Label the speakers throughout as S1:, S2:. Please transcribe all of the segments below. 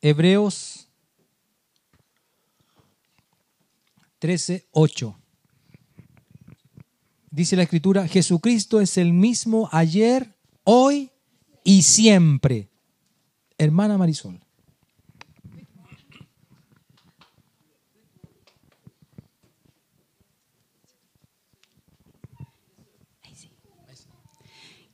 S1: Hebreos 13, 8. Dice la escritura, Jesucristo es el mismo ayer, hoy y siempre. Hermana Marisol.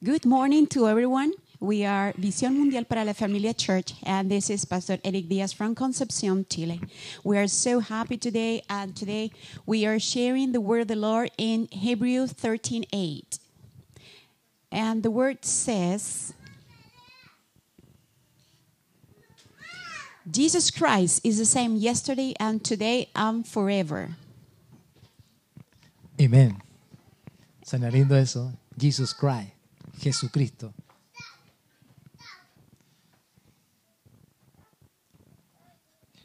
S2: Good morning to everyone. We are Visión Mundial para la Familia Church, and this is Pastor Eric Diaz from Concepción, Chile. We are so happy today, and today we are sharing the word of the Lord in Hebrews 13:8. And the word says, Jesus Christ is the same yesterday and today and forever.
S1: Amén. Suena lindo eso. Jesus Christ. Jesucristo.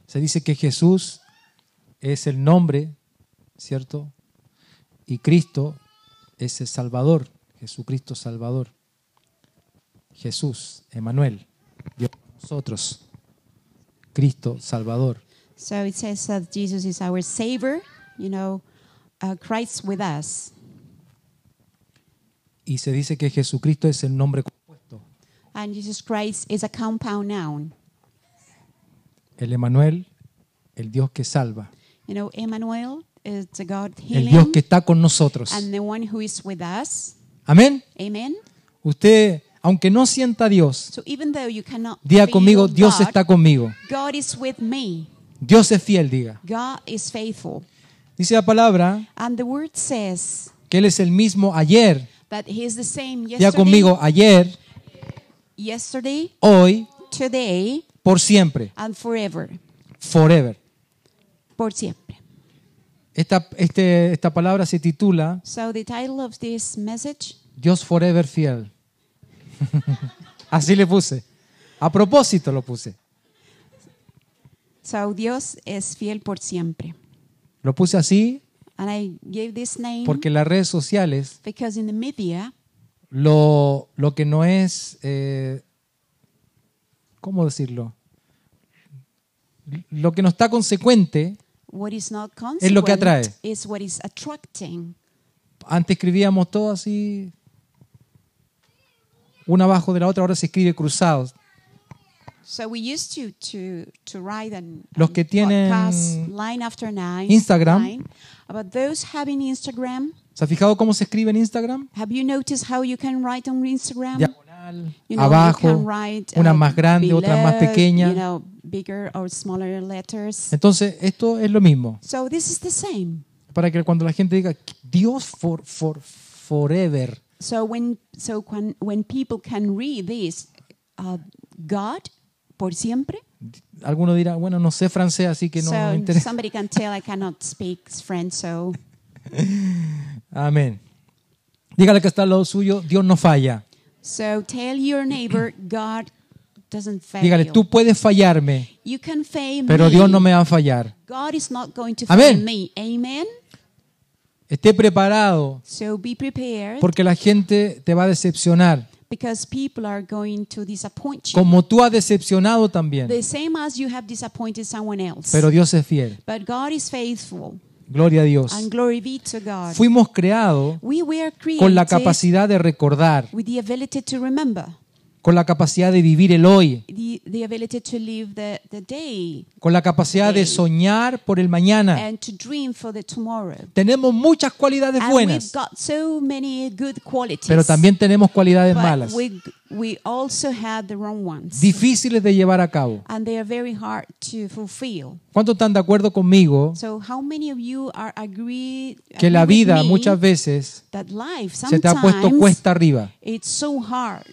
S1: Se dice que Jesús es el nombre, ¿cierto? Y Cristo es el Salvador, Jesucristo Salvador. Jesús, Emanuel, Dios con nosotros, Cristo Salvador.
S2: So it says that Jesus is our Savior, you know, uh, Christ with us.
S1: Y se dice que Jesucristo es el nombre compuesto.
S2: And Jesus Christ is a compound noun.
S1: El Emanuel, el Dios que salva,
S2: You know, Emmanuel is the God
S1: el Dios
S2: healing
S1: que está con nosotros.
S2: and the one who is with us.
S1: Amén.
S2: Amen.
S1: Usted, aunque no sienta a Dios,
S2: So even though you cannot
S1: Diga
S2: feel
S1: conmigo, Dios
S2: God,
S1: está conmigo.
S2: God is with me.
S1: Dios es fiel, diga.
S2: God is faithful.
S1: Dice la palabra
S2: And the word says
S1: que Él es el mismo ayer.
S2: that he is the same
S1: Diga
S2: yesterday,
S1: conmigo, ayer,
S2: yesterday,
S1: hoy,
S2: today,
S1: por siempre.
S2: and forever.
S1: Forever.
S2: Por siempre.
S1: Esta, este- esta palabra se titula
S2: So the title of this message,
S1: Dios Forever Fiel. Así le puse. A propósito lo puse.
S2: so Dios es fiel por siempre.
S1: Lo puse así
S2: And I gave this name
S1: porque las redes sociales,
S2: because in the media,
S1: lo, lo que no es, eh, ¿cómo decirlo? Lo que no está consecuente
S2: what is not
S1: Es lo que atrae.
S2: consequent is what is attracting.
S1: Antes escribíamos todo así, una abajo de la otra, ahora se escribe cruzados.
S2: So we used to to to write and
S1: Los que tienen
S2: line after line,
S1: Instagram.
S2: line. About those having Instagram,
S1: ¿Se ha fijado cómo se escribe en Instagram?
S2: have you noticed how you can write on Instagram?
S1: Diagonal,
S2: You know, you
S1: abajo,
S2: can write,
S1: una
S2: uh,
S1: más grande, otra más
S2: below, You
S1: pequeña.
S2: know, bigger or smaller letters.
S1: Entonces, esto es lo mismo.
S2: So this is the same.
S1: Para que cuando la gente diga, Dios for, for, forever,
S2: So when so when when people can read this, uh, God por siempre.
S1: alguno dirá, bueno, no sé francés, así que no me
S2: so
S1: interesa.
S2: somebody can tell I cannot speak French. So
S1: Amén. Dígale que está al lado suyo, Dios no falla.
S2: so tell your neighbor God doesn't fail.
S1: Dígale, tú puedes fallarme,
S2: you can fail
S1: pero
S2: me.
S1: Dios no me va a fallar.
S2: God is not going to
S1: Amén.
S2: fail me. Amen.
S1: Esté preparado
S2: So be prepared
S1: Porque la gente te va a decepcionar,
S2: because people are going to disappoint you.
S1: como tú has decepcionado también.
S2: the same as you have disappointed someone else.
S1: Pero Dios es fiel.
S2: but God is faithful
S1: Gloria a Dios.
S2: and glory be to God.
S1: Fuimos creados
S2: we were created
S1: con la capacidad de recordar,
S2: with the ability to remember,
S1: con la capacidad de vivir el hoy,
S2: the, the ability to live the, the day
S1: con la capacidad de soñar por el mañana.
S2: and to dream for the tomorrow.
S1: Tenemos muchas cualidades
S2: And we've
S1: buenas,
S2: got so many good qualities.
S1: pero también tenemos cualidades
S2: but
S1: malas,
S2: We, we also had the wrong ones.
S1: difíciles de llevar a cabo.
S2: and they are very hard to fulfill.
S1: ¿Cuántos están de acuerdo conmigo
S2: So how many of you are agree,
S1: que la
S2: agree with
S1: vida
S2: me
S1: muchas veces
S2: that life
S1: se te ha puesto
S2: sometimes
S1: cuesta arriba?
S2: it's so hard.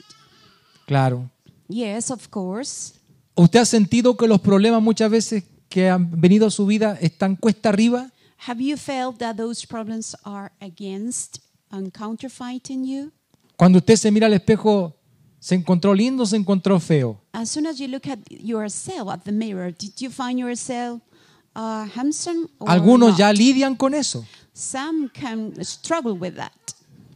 S1: Claro.
S2: Yes, of course.
S1: ¿Usted ha sentido que los problemas muchas veces que han venido a su vida están cuesta arriba?
S2: Have you felt that those problems are against and counterfighting you?
S1: Cuando usted se mira al espejo, ¿se encontró lindo o se encontró feo?
S2: As soon as you look at yourself at the mirror, did you find yourself uh, handsome or
S1: Algunos
S2: not?
S1: ya lidian con eso.
S2: Some can struggle with that.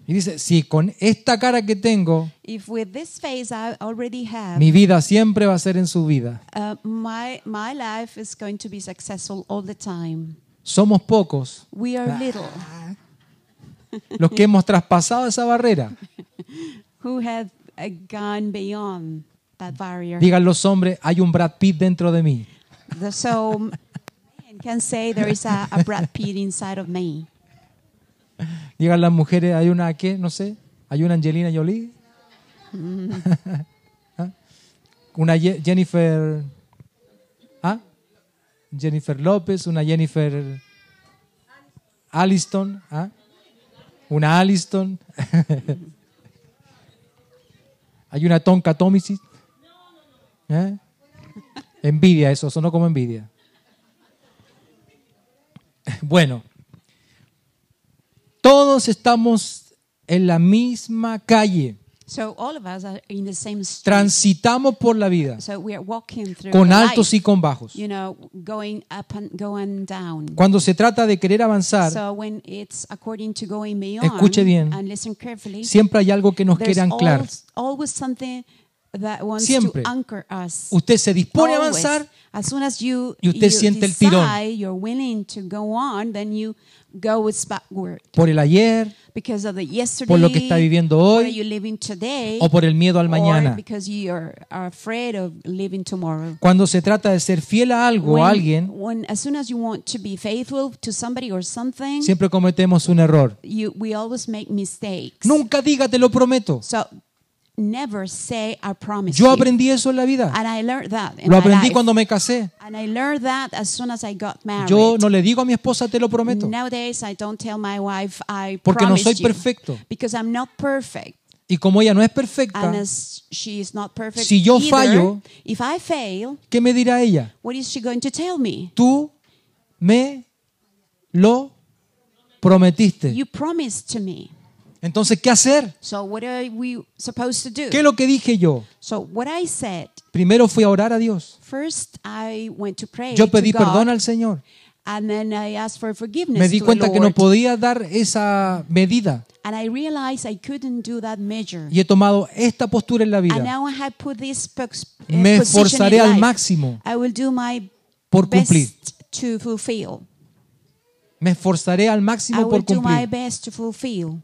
S1: Y dice, si con esta cara que tengo,
S2: If with this face I already have,
S1: mi vida siempre va a ser en su vida.
S2: uh, my, my life is going to be successful all the time.
S1: Somos pocos
S2: We are little
S1: los que hemos traspasado esa barrera.
S2: who have uh, gone beyond that barrier.
S1: Digan los hombres, hay un Brad Pitt dentro de mí.
S2: The- So man can say there is a, a Brad Pitt inside of me.
S1: Digan las mujeres, hay una que, no sé, hay una Angelina Jolie. ¿Ah? una Ye- Jennifer. ¿Ah? Jennifer López, una Jennifer. Alliston. ¿ah? Una Alliston. hay una Tonka Tomisic. ¿Eh? Envidia, eso sonó como envidia. Bueno. Todos estamos en la misma calle,
S2: So all of us are in the same street.
S1: transitamos por la vida,
S2: So we are walking through
S1: con
S2: the
S1: altos
S2: life,
S1: y con bajos.
S2: you know, going up and going down.
S1: Cuando se trata de querer avanzar,
S2: So when it's according to going beyond
S1: Escuche bien.
S2: and listen carefully,
S1: siempre hay algo que nos
S2: there's
S1: quiere anclar.
S2: always, always something that wants
S1: Siempre.
S2: to anchor us.
S1: Usted se dispone a
S2: Always.
S1: avanzar
S2: As soon as you,
S1: y usted
S2: you
S1: siente el
S2: decide
S1: tirón.
S2: you're willing to go on, then you go it's backward
S1: por el ayer
S2: because of the yesterday,
S1: Por lo que está viviendo hoy,
S2: what are you living today,
S1: o por el miedo al
S2: or
S1: mañana.
S2: because you are, are afraid of living tomorrow.
S1: Cuando se trata de ser fiel a algo o a
S2: When-
S1: alguien,
S2: when- as soon as you want to be faithful to somebody or something,
S1: siempre cometemos un error.
S2: you, we always make mistakes.
S1: Nunca diga, te lo prometo.
S2: So never say I promise
S1: Yo
S2: you.
S1: aprendí eso en la vida.
S2: And I learned that in
S1: Lo
S2: my
S1: aprendí
S2: life.
S1: cuando me casé.
S2: And I learned that as soon as I got married.
S1: Yo no le digo a mi esposa, te lo prometo.
S2: Nowadays I don't tell my wife I
S1: Porque no
S2: promise
S1: soy
S2: you.
S1: perfecto.
S2: Because I'm not perfect.
S1: Y como ella no es
S2: And
S1: perfecta,
S2: as she is not perfect
S1: Si yo
S2: either,
S1: fallo-
S2: if I fail,
S1: ¿qué me dirá ella?
S2: what is she going to tell me?
S1: tú me lo prometiste.
S2: You promised to me.
S1: Entonces, ¿qué hacer?
S2: So what are we supposed to do?
S1: ¿Qué es lo que dije yo?
S2: So what I said,
S1: Primero fui a orar a Dios.
S2: first I went to pray
S1: Yo
S2: to
S1: pedí
S2: God,
S1: perdón al Señor.
S2: and then I asked for forgiveness
S1: Me di
S2: to
S1: cuenta
S2: the
S1: que no
S2: Lord.
S1: podía dar esa medida
S2: And I realized I couldn't do that measure.
S1: y he tomado esta postura en la
S2: And
S1: vida
S2: now I have put this pos- eh,
S1: Me
S2: position in
S1: esforzaré al
S2: life.
S1: máximo
S2: I will do my
S1: por
S2: best
S1: cumplir.
S2: to fulfill.
S1: Me esforzaré al
S2: I
S1: máximo
S2: will
S1: por
S2: do my
S1: cumplir,
S2: best to fulfill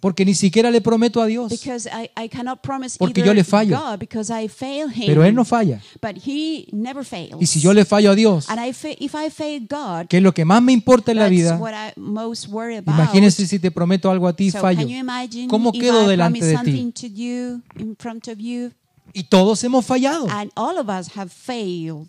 S1: porque ni siquiera le prometo a Dios,
S2: because I, I cannot promise
S1: Porque
S2: either
S1: yo le fallo.
S2: God because I fail him.
S1: pero Él no falla.
S2: But he never fails.
S1: Y si yo le fallo a Dios,
S2: and I fa- if I fail God,
S1: que es lo que más me importa en la
S2: that's
S1: vida,
S2: what I most worry about.
S1: imagínese si te prometo algo a ti y
S2: so
S1: fallo.
S2: can you imagine
S1: ¿Cómo
S2: if
S1: quedo
S2: I
S1: delante
S2: promise
S1: de ti?
S2: something to you in front of you?
S1: Y todos hemos fallado,
S2: And all of us have failed.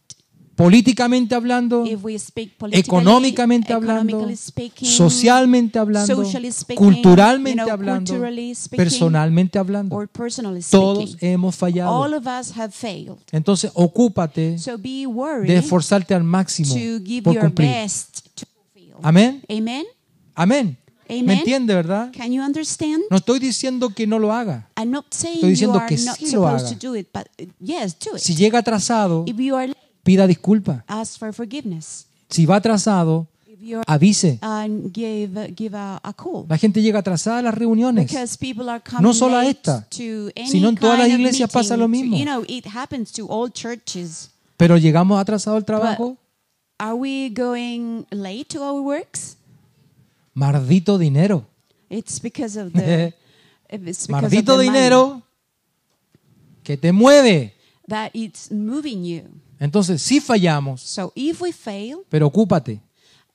S1: políticamente hablando,
S2: If we speak politically,
S1: económicamente hablando,
S2: economically speaking,
S1: socialmente hablando,
S2: socially speaking,
S1: culturalmente
S2: you know,
S1: hablando,
S2: culturally speaking,
S1: personalmente hablando.
S2: or personally speaking,
S1: Todos hemos
S2: all
S1: fallado.
S2: of us have failed.
S1: Entonces, ocúpate
S2: So be worried
S1: de esforzarte al máximo
S2: to give
S1: por
S2: your
S1: cumplir.
S2: best to fulfill.
S1: Amén.
S2: Amen?
S1: Amén.
S2: Amen.
S1: ¿Me entiende, verdad?
S2: Can you understand?
S1: No estoy diciendo que no lo haga.
S2: I'm not saying
S1: Estoy diciendo
S2: you are
S1: que
S2: not
S1: sí lo
S2: supposed
S1: haga.
S2: to do it, but uh, yes, do it.
S1: Si llega atrasado,
S2: if you are late,
S1: pida disculpa.
S2: ask for forgiveness.
S1: Si va atrasado,
S2: If you are
S1: avise.
S2: and give give a, a call.
S1: La gente llega atrasada a las reuniones.
S2: Because people are coming
S1: No solo a
S2: late
S1: esta,
S2: to any
S1: sino en todas las
S2: kind of
S1: iglesias pasa lo
S2: meeting.
S1: mismo.
S2: You know, it happens to all churches.
S1: Pero llegamos atrasados al
S2: But
S1: trabajo.
S2: are we going late to our works?
S1: Maldito dinero.
S2: It's because of the it's because of
S1: Maldito
S2: the money
S1: dinero que te mueve.
S2: that it's moving you.
S1: Entonces, sí fallamos,
S2: So if we fail,
S1: pero ocúpate.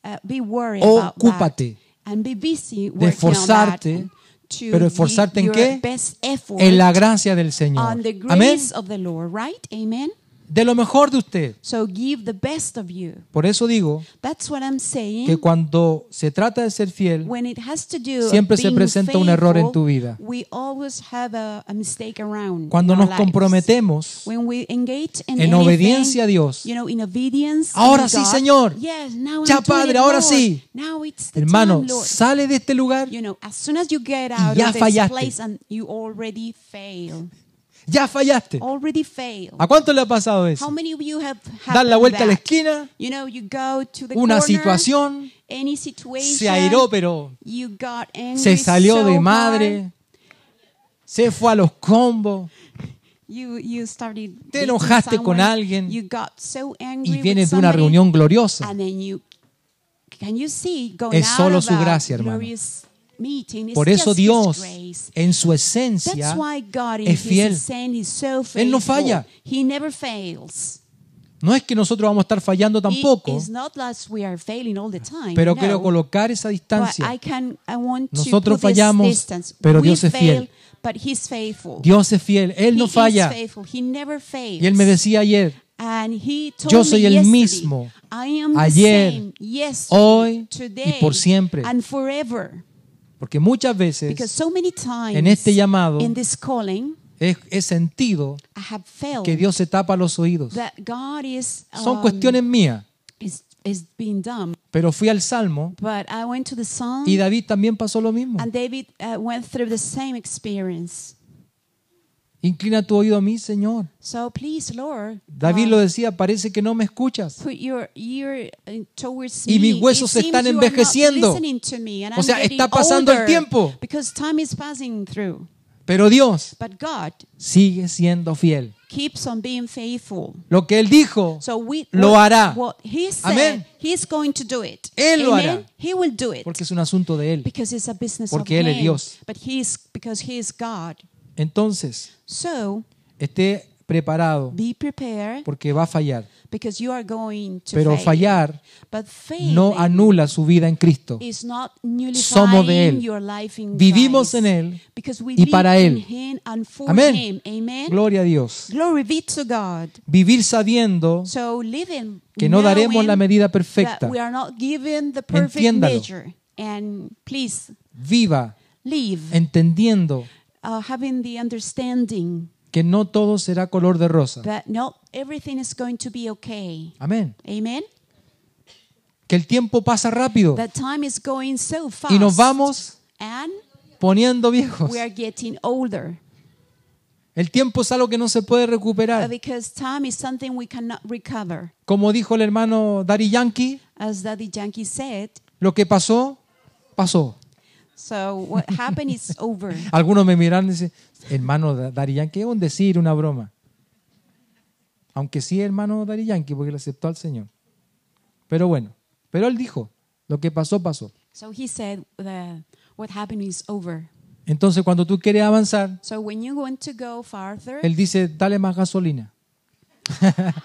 S2: uh, be worried about
S1: Ocúpate
S2: that and be busy working on that
S1: esforzarte,
S2: and to
S1: pero
S2: give
S1: esforzarte en
S2: your
S1: qué?
S2: best effort
S1: En la gracia del
S2: on
S1: Señor.
S2: the
S1: Amén.
S2: grace of the Lord, right? Amen.
S1: De lo mejor de usted.
S2: So give the best of you.
S1: Por eso digo
S2: That's what I'm saying.
S1: que cuando se trata de ser fiel,
S2: When it has to do
S1: Siempre se
S2: being
S1: presenta un error en tu vida.
S2: We always have a, a mistake around
S1: cuando
S2: in our
S1: nos
S2: lives.
S1: comprometemos,
S2: When we engage in
S1: En
S2: anything,
S1: obediencia a Dios.
S2: you know, in obedience
S1: Ahora
S2: to
S1: sí,
S2: God.
S1: Señor.
S2: Yes, now I'm
S1: Ya,
S2: doing
S1: Padre,
S2: it,
S1: ahora
S2: Lord.
S1: sí.
S2: Now it's the
S1: hermano,
S2: time, Lord.
S1: sale de este lugar.
S2: You know, as soon as you get out
S1: ya
S2: of this
S1: fallaste.
S2: place and you already fail,
S1: Ya fallaste.
S2: already failed.
S1: ¿A cuánto le ha pasado
S2: Oh. How
S1: eso?
S2: many of you have, have
S1: Dar la
S2: done
S1: vuelta a la
S2: that?
S1: esquina,
S2: You know, you go to the
S1: una
S2: corner,
S1: situación,
S2: any situation,
S1: se airó, pero
S2: you got angry
S1: se salió
S2: so
S1: de
S2: hard,
S1: madre, se fue a los combos,
S2: you, you started
S1: Te
S2: dating
S1: enojaste con
S2: someone,
S1: alguien
S2: you got so angry
S1: y
S2: with
S1: vienes de una
S2: somebody,
S1: reunión gloriosa.
S2: and then you, can you see, going
S1: Es
S2: out
S1: solo
S2: of
S1: su
S2: a
S1: gracia, hermano.
S2: glorious Meeting, it's
S1: Por eso
S2: just His
S1: Dios,
S2: grace.
S1: en su
S2: That's
S1: esencia,
S2: why God in
S1: es fiel.
S2: His saying is so
S1: Él no
S2: faithful.
S1: falla.
S2: He never fails.
S1: no es que nosotros vamos a estar fallando
S2: It
S1: tampoco,
S2: is not that we are failing all the time.
S1: pero
S2: no.
S1: quiero colocar esa
S2: But
S1: distancia.
S2: I can, I want
S1: Nosotros
S2: to put this
S1: fallamos,
S2: distance.
S1: pero
S2: We
S1: Dios es
S2: fail,
S1: fiel.
S2: But he's faithful.
S1: Dios es fiel, Él no
S2: He is
S1: falla.
S2: faithful. He never fails.
S1: Y Él me decía ayer,
S2: And he told
S1: Yo soy
S2: me
S1: el
S2: yesterday,
S1: mismo,
S2: I am
S1: ayer,
S2: the same, yes,
S1: hoy
S2: today,
S1: y por siempre.
S2: And forever.
S1: porque muchas
S2: Because
S1: veces
S2: so many times
S1: en este llamado
S2: in this calling
S1: he, he sentido
S2: I have felt
S1: que Dios se tapa los oídos.
S2: Oh. that God is
S1: Son
S2: um,
S1: cuestiones mías,
S2: is, is being dumb.
S1: pero fui al Salmo
S2: But I went to the Psalm
S1: y David también pasó lo mismo.
S2: and David uh, went through the same experience.
S1: Inclina tu oído a mí, Señor.
S2: So please, Lord,
S1: David
S2: uh,
S1: lo decía, parece que no me escuchas.
S2: put your ear uh, towards
S1: Y mis
S2: me.
S1: huesos
S2: It seems
S1: están
S2: you are not
S1: envejeciendo.
S2: listening to me, and
S1: O
S2: I'm
S1: sea,
S2: getting
S1: está pasando el
S2: older,
S1: tiempo.
S2: Because time is passing through.
S1: Pero Dios
S2: But God
S1: sigue siendo fiel.
S2: keeps on being faithful.
S1: Lo que Él dijo,
S2: So we
S1: Lo
S2: what-
S1: hará.
S2: What he said,
S1: Amén.
S2: he's going to do it.
S1: Él lo
S2: Amen.
S1: hará.
S2: He will do it.
S1: porque es un asunto de Él.
S2: because it's a business
S1: Porque
S2: of
S1: Él es
S2: him.
S1: Dios.
S2: But he is because he is God.
S1: Entonces,
S2: So
S1: esté preparado,
S2: be prepared
S1: porque va a fallar.
S2: because you are going to
S1: Pero
S2: fail.
S1: fallar
S2: But faith
S1: no anula su vida en Cristo.
S2: is not nullifying
S1: Somos de Él.
S2: your life in
S1: Vivimos
S2: Christ.
S1: en Él
S2: Because we
S1: y para
S2: live in
S1: Él.
S2: Him and for
S1: Amén.
S2: Him. Amen.
S1: Gloria a Dios.
S2: Glory be to God.
S1: Vivir sabiendo
S2: So living
S1: que no daremos
S2: knowing
S1: la medida
S2: that
S1: perfecta.
S2: we are not given the perfect
S1: Entiéndalo.
S2: measure. And please
S1: Viva
S2: live
S1: entendiendo
S2: uh, having the understanding
S1: que no todo será color de rosa.
S2: that not everything is going to be okay.
S1: Amén.
S2: Amen.
S1: Que el tiempo pasa rápido
S2: That time is going so fast.
S1: Oh. y nos vamos
S2: and
S1: poniendo viejos.
S2: we are getting older.
S1: El tiempo es algo que no se puede
S2: Uh,
S1: recuperar.
S2: because time is something we cannot recover.
S1: Como dijo el hermano Dari Yankee,
S2: As Daddy Yankee said,
S1: lo que pasó, pasó.
S2: so what happened is over.
S1: Algunos me miran y dicen, hermano Da- Dari Yankee, es un decir, una broma. Aunque sí, hermano Dari Yankee, porque le aceptó al Señor. Pero bueno, pero él dijo, lo que pasó, pasó.
S2: So he said, the, what happened is over.
S1: Entonces, cuando tú quieres avanzar,
S2: So when you want to go farther,
S1: él dice, dale más gasolina.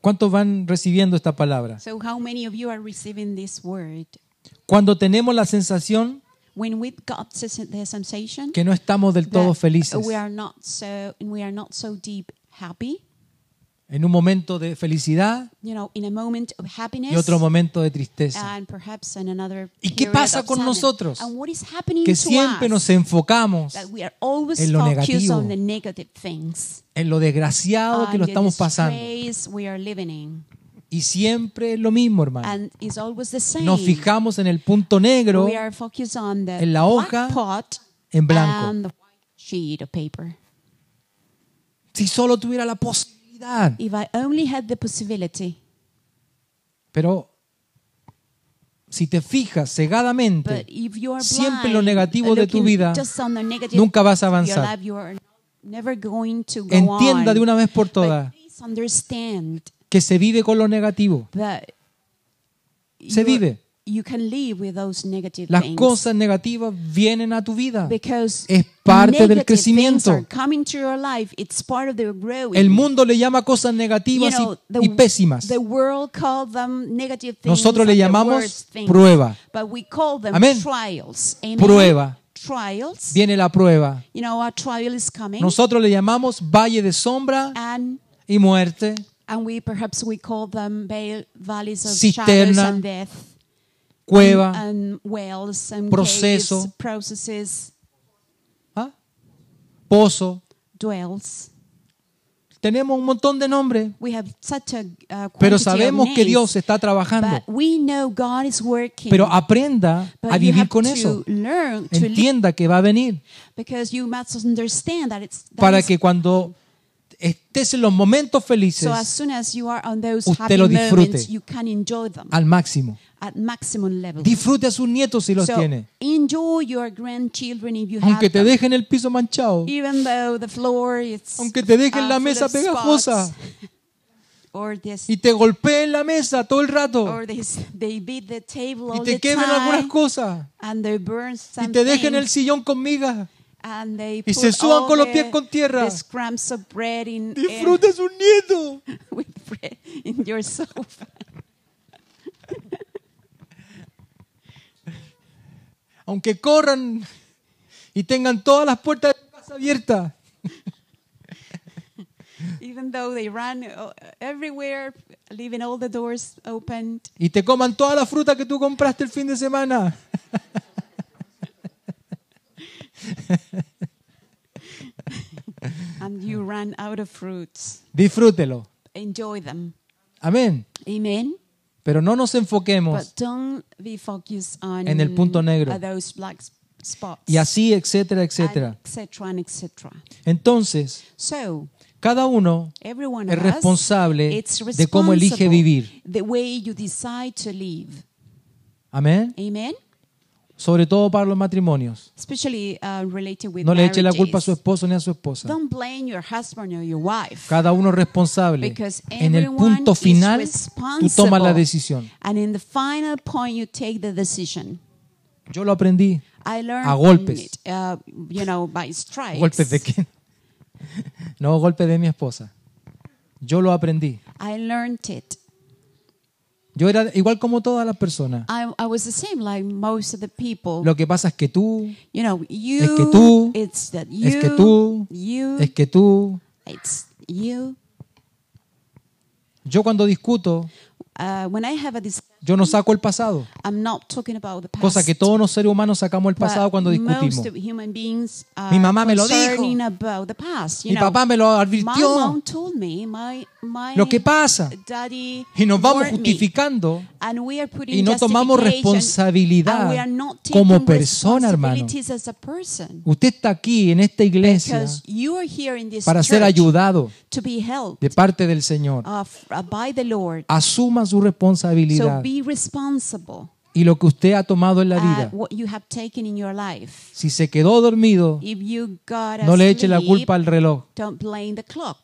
S1: ¿Cuántos van recibiendo esta palabra?
S2: so how many of you are receiving this word?
S1: Cuando tenemos la sensación
S2: When we got the sen- the sensation
S1: que no estamos del todo
S2: that uh,
S1: felices,
S2: we are not so we are not so deep happy,
S1: en un momento de felicidad
S2: you know, in a moment of happiness
S1: y otro momento de tristeza,
S2: and perhaps in another
S1: ¿Y qué
S2: period
S1: pasa
S2: of
S1: con
S2: sadness.
S1: nosotros?
S2: And what is happening
S1: que
S2: to
S1: siempre
S2: us?
S1: nos enfocamos
S2: that we are always
S1: en lo
S2: focused
S1: negativo.
S2: on the negative things.
S1: en lo desgraciado que
S2: on
S1: lo
S2: the
S1: estamos pasando.
S2: disgrace we are living in.
S1: Y siempre es lo mismo, hermano.
S2: And it's always the same.
S1: Nos fijamos en el punto negro,
S2: we are focused on the
S1: en la hoja
S2: black pot
S1: en blanco.
S2: and the white sheet of paper.
S1: si solo tuviera la posibilidad.
S2: If I only had the possibility,
S1: Pero si te fijas cegadamente,
S2: but if you are
S1: Siempre
S2: blind,
S1: lo negativo de tu
S2: looking
S1: vida,
S2: just on the negative
S1: nunca vas a
S2: of your
S1: avanzar.
S2: life, you are never going to go
S1: entienda
S2: on.
S1: de una vez por
S2: But
S1: todas
S2: please understand
S1: que se vive con lo negativo.
S2: that
S1: Se
S2: you-
S1: vive.
S2: You can live with those negative
S1: Las
S2: things.
S1: cosas negativas vienen a tu vida.
S2: Because
S1: Es parte del
S2: negative things
S1: crecimiento.
S2: are coming to your life. It's part of the growing.
S1: El mundo le llama cosas
S2: You
S1: negativas
S2: know,
S1: y, y pésimas.
S2: The world called them negative things
S1: Nosotros le
S2: and the
S1: llamamos
S2: worst things.
S1: prueba.
S2: But we call them
S1: Amén.
S2: trials. Amen.
S1: Prueba.
S2: Trials.
S1: Viene la prueba.
S2: You know, a trial is coming.
S1: Nosotros le llamamos valle de sombra
S2: and
S1: y muerte,
S2: and we perhaps we call them val- valleys of shadows
S1: Cisterna,
S2: and death.
S1: cueva.
S2: And wells and
S1: Proceso.
S2: caves, processes, uh,
S1: ¿ah? pozo,
S2: dwells.
S1: tenemos un montón de nombres,
S2: We have such a uh,
S1: pero
S2: quantity of
S1: sabemos que
S2: names,
S1: Dios está trabajando.
S2: But we know God is working.
S1: Pero aprenda
S2: but
S1: a
S2: you
S1: vivir
S2: have
S1: con
S2: to
S1: eso.
S2: learn to live
S1: Entienda que va a venir
S2: because you must understand that it's that
S1: para
S2: is-
S1: que cuando estés en los momentos
S2: so as
S1: felices
S2: soon as you are on those
S1: usted
S2: happy
S1: lo disfrute. Ah.
S2: moments, you can enjoy them
S1: al máximo.
S2: at maximum level.
S1: Disfrute a sus nietos si los
S2: so
S1: tiene.
S2: enjoy your grandchildren if you
S1: Aunque
S2: have
S1: te
S2: them,
S1: dejen el piso manchado,
S2: even though the floor is
S1: aunque te dejen
S2: uh,
S1: la
S2: full
S1: mesa
S2: of spots
S1: pegajosa
S2: or this
S1: y te golpeen la mesa todo el rato
S2: or this they beat the table
S1: y
S2: all
S1: te
S2: the
S1: quemen algunas
S2: time
S1: cosas
S2: and they burn
S1: y
S2: some
S1: te dejen el
S2: things.
S1: sillón con migas.
S2: And they
S1: Y se
S2: put
S1: suban
S2: all
S1: con los
S2: the-
S1: pies con tierra.
S2: the scraps of bread in,
S1: Disfruta a sus nietos.
S2: in- with bread in your sofa.
S1: Aunque corran y tengan todas las puertas de tu casa abiertas.
S2: Even though they run uh, everywhere, leaving all the doors open.
S1: y te coman toda la fruta que tú compraste el fin de semana.
S2: And you run out of fruits.
S1: Disfrútelo.
S2: Enjoy them.
S1: Amén.
S2: Amen.
S1: Pero no nos enfoquemos
S2: But don't be focused on
S1: En el punto negro.
S2: uh, those black s- spots.
S1: y así, etcétera,
S2: and
S1: etcétera.
S2: Etcétera, and etcétera.
S1: Entonces,
S2: So,
S1: cada uno
S2: everyone
S1: es
S2: of us,
S1: responsable
S2: it's
S1: de cómo elige
S2: responsible
S1: vivir.
S2: The way you decide to live.
S1: Amén.
S2: Amen.
S1: Sobre todo para los matrimonios.
S2: especially uh, related with
S1: No le eche la
S2: marriages.
S1: culpa a su esposo ni a su esposa.
S2: Don't blame your husband or your wife.
S1: Cada uno es responsable.
S2: Because
S1: En el
S2: everyone
S1: punto
S2: is
S1: final, tú tomas la
S2: responsible.
S1: decisión.
S2: And in the final point, you take the decision.
S1: Yo lo aprendí.
S2: I learned
S1: A golpes.
S2: from it, uh, you know, by strikes.
S1: ¿Golpes de quién? No, golpes de mi esposa. Yo lo aprendí.
S2: I learned it.
S1: Yo era igual como todas las personas.
S2: I, I was the same like most of the people.
S1: Lo que pasa es que tú,
S2: you know, you.
S1: es que tú,
S2: it's that you.
S1: es que tú,
S2: you.
S1: es que tú.
S2: it's you.
S1: Yo cuando discuto,
S2: Uh, when I have a discussion,
S1: yo no saco el pasado.
S2: I'm not talking about the past.
S1: Cosa que todos los seres humanos sacamos el pasado
S2: But
S1: cuando discutimos.
S2: most of human beings are
S1: Mi mamá me lo dijo.
S2: concerning about the past, you
S1: Mi
S2: know.
S1: papá me lo
S2: My mom
S1: advirtió.
S2: told me, my, my
S1: Lo que pasa.
S2: daddy
S1: Y nos vamos
S2: warned me.
S1: justificando.
S2: And we are putting
S1: Y no tomamos
S2: justification,
S1: responsabilidad
S2: and we are not taking
S1: como persona, hermano.
S2: responsibilities as a person.
S1: Usted está aquí en esta iglesia
S2: Because you are here in this
S1: para ser
S2: church
S1: ayudado
S2: to be helped
S1: de parte del Señor.
S2: uh, f- uh, by the Lord.
S1: Asuma su
S2: So
S1: responsabilidad
S2: be responsible
S1: y lo que usted ha tomado en la vida.
S2: at what you have taken in your life.
S1: Si se quedó dormido,
S2: If you got
S1: no le eche la
S2: asleep,
S1: culpa al reloj,
S2: Don't blame the clock.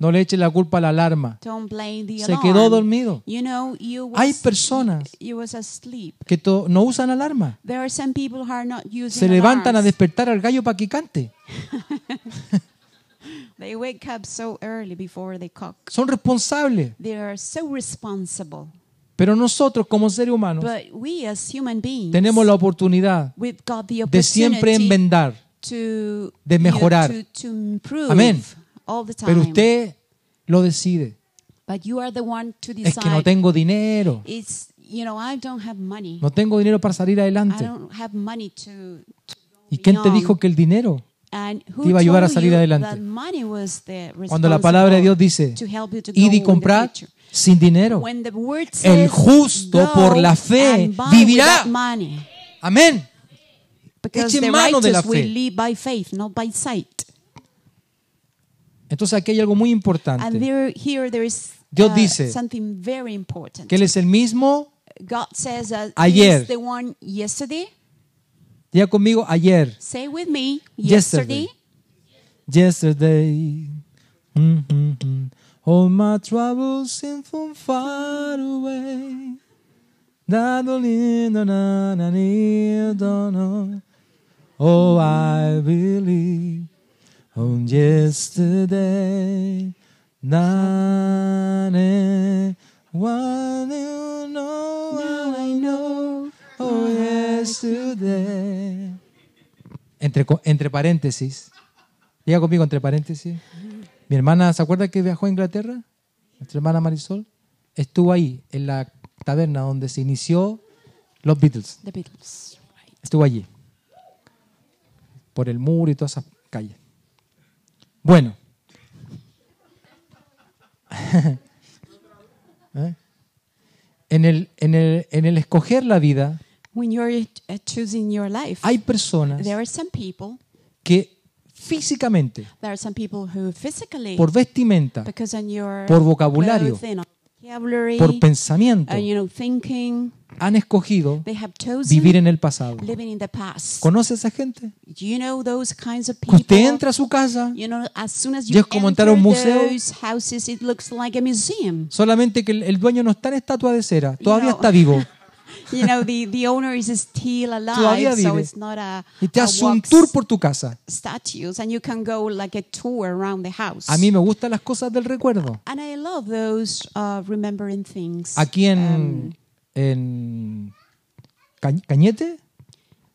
S1: no le eche la culpa a la alarma.
S2: Don't blame the
S1: Se quedó
S2: alarm.
S1: dormido.
S2: You know, you was,
S1: Hay personas
S2: you was asleep.
S1: que to- no usan alarma.
S2: There are some people who are not using
S1: Se levantan a
S2: alarms.
S1: despertar al gallo para que cante.
S2: They wake up so early before they cock.
S1: Son responsables.
S2: They are so responsible.
S1: Pero nosotros como seres humanos
S2: But we as human beings,
S1: tenemos la oportunidad
S2: we've got the
S1: de siempre
S2: opportunity
S1: enmendar.
S2: to,
S1: de mejorar.
S2: you- to, to improve
S1: Amén.
S2: all the time.
S1: Pero usted lo decide.
S2: but you are the one to
S1: Es que no
S2: decide.
S1: tengo dinero.
S2: It's, you know, I don't have money.
S1: No tengo dinero para salir
S2: I
S1: adelante.
S2: don't have money to... to
S1: ¿Y quién te
S2: beyond.
S1: dijo que el dinero?
S2: And who
S1: te iba a ayudar a
S2: told
S1: salir
S2: you
S1: adelante.
S2: that money was the
S1: Cuando la palabra de Dios dice,
S2: responsible to help you to
S1: id
S2: go in
S1: y
S2: the
S1: comprad
S2: future"?
S1: sin dinero.
S2: When the word
S1: El
S2: says,
S1: justo
S2: "Go
S1: por la fe
S2: and buy
S1: vivirá".
S2: without money,
S1: Amén.
S2: because
S1: Eche
S2: the
S1: mano de la
S2: righteous will
S1: fe.
S2: live by faith, not by sight.
S1: Entonces aquí hay algo muy
S2: And
S1: importante.
S2: there, here there is
S1: Dios
S2: uh,
S1: dice
S2: something very important.
S1: Que Él es el mismo,
S2: God says that
S1: Ayer.
S2: He is the one yesterday.
S1: ya conmigo, ayer.
S2: Say with me,
S1: Yesterday.
S2: yesterday.
S1: Yesterday, mm, mm, mm, all my troubles seem from far away. Na, do, ni, do, na, na, ni, do, no. Oh, I believe on yesterday. Na, ne, wa, ne, no,
S2: Now I know.
S1: oh, yesterday. Entre, co- entre paréntesis. Diga conmigo, entre paréntesis. Mi hermana, ¿se acuerda que viajó a Inglaterra? Nuestra hermana Marisol. Estuvo ahí, en la taberna donde se inició los Beatles.
S2: The Beatles. Right.
S1: Estuvo allí. Por el muro y todas esas calles. Bueno. ¿Eh? En el, en el- en el escoger la vida,
S2: When you're uh, choosing your life,
S1: hay personas
S2: there are some people,
S1: que físicamente,
S2: there are some people who physically,
S1: por vestimenta,
S2: because on your
S1: por vocabulario,
S2: clothing, on vocabulary,
S1: por pensamiento,
S2: uh, you know, thinking,
S1: han escogido
S2: they have chosen
S1: vivir en el pasado.
S2: living in the past.
S1: ¿Conoce a esa gente?
S2: You know those kinds of
S1: Que
S2: people.
S1: usted entra a su casa,
S2: You know, as soon as
S1: Y
S2: you
S1: es como entrar a un
S2: enter
S1: museo.
S2: those houses, it looks like a museum.
S1: solamente que el- el dueño no está en estatua de cera, todavía
S2: No.
S1: está vivo.
S2: You know, the, the owner is still
S1: Todavía
S2: alive,
S1: vive.
S2: so it's not a,
S1: Y te
S2: a
S1: hace un
S2: wax
S1: tour por tu casa.
S2: statues, and you can go like a tour around the house.
S1: A mí me gustan las cosas del recuerdo.
S2: and I love those uh, remembering things.
S1: Aquí en, en Ca- Cañete,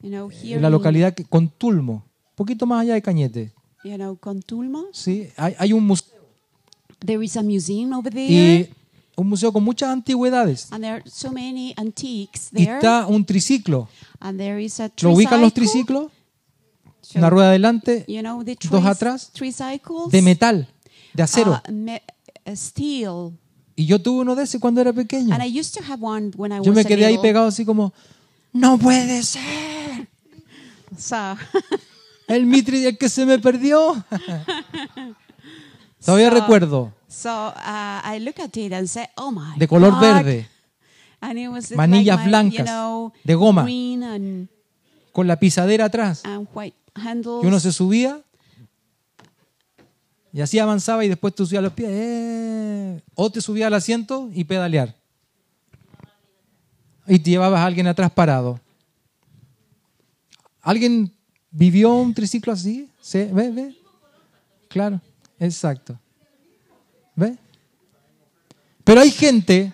S2: you know, here
S1: eh, en la
S2: in,
S1: localidad que- con Tulmo, un poquito más allá de Cañete,
S2: you know, Contulmos,
S1: ¿sí? hay, hay un museo,
S2: there is a museum over there,
S1: y un museo con muchas antigüedades.
S2: and there are so many antiques
S1: Y
S2: there,
S1: está un triciclo.
S2: and there is a
S1: ¿Lo ubican los
S2: tricycle,
S1: triciclos?
S2: so,
S1: Una rueda adelante
S2: you know, the
S1: dos atrás,
S2: tricycles,
S1: de metal, de acero.
S2: uh, me- uh, steel.
S1: Y yo tuve uno de ese cuando era pequeño.
S2: And I used to have one when I
S1: Yo
S2: was
S1: me
S2: a
S1: quedé ahí
S2: little.
S1: pegado así como, no puede ser.
S2: So,
S1: El Mitri el que se me perdió. Todavía recuerdo,
S2: so uh, I look at it and say, oh my
S1: de color
S2: God.
S1: verde,
S2: And it was
S1: Manillas
S2: like my,
S1: blancas,
S2: you know,
S1: de goma.
S2: green and,
S1: con la pisadera atrás.
S2: and white handles.
S1: Y uno se subía y así avanzaba y después te subía a los pies. eh, O te subía al asiento y pedalear. Y te llevabas a alguien atrás parado. ¿Alguien vivió un triciclo así? ¿Se ¿Ve? ¿Ve? Claro, exacto. ¿Ve? Pero hay gente,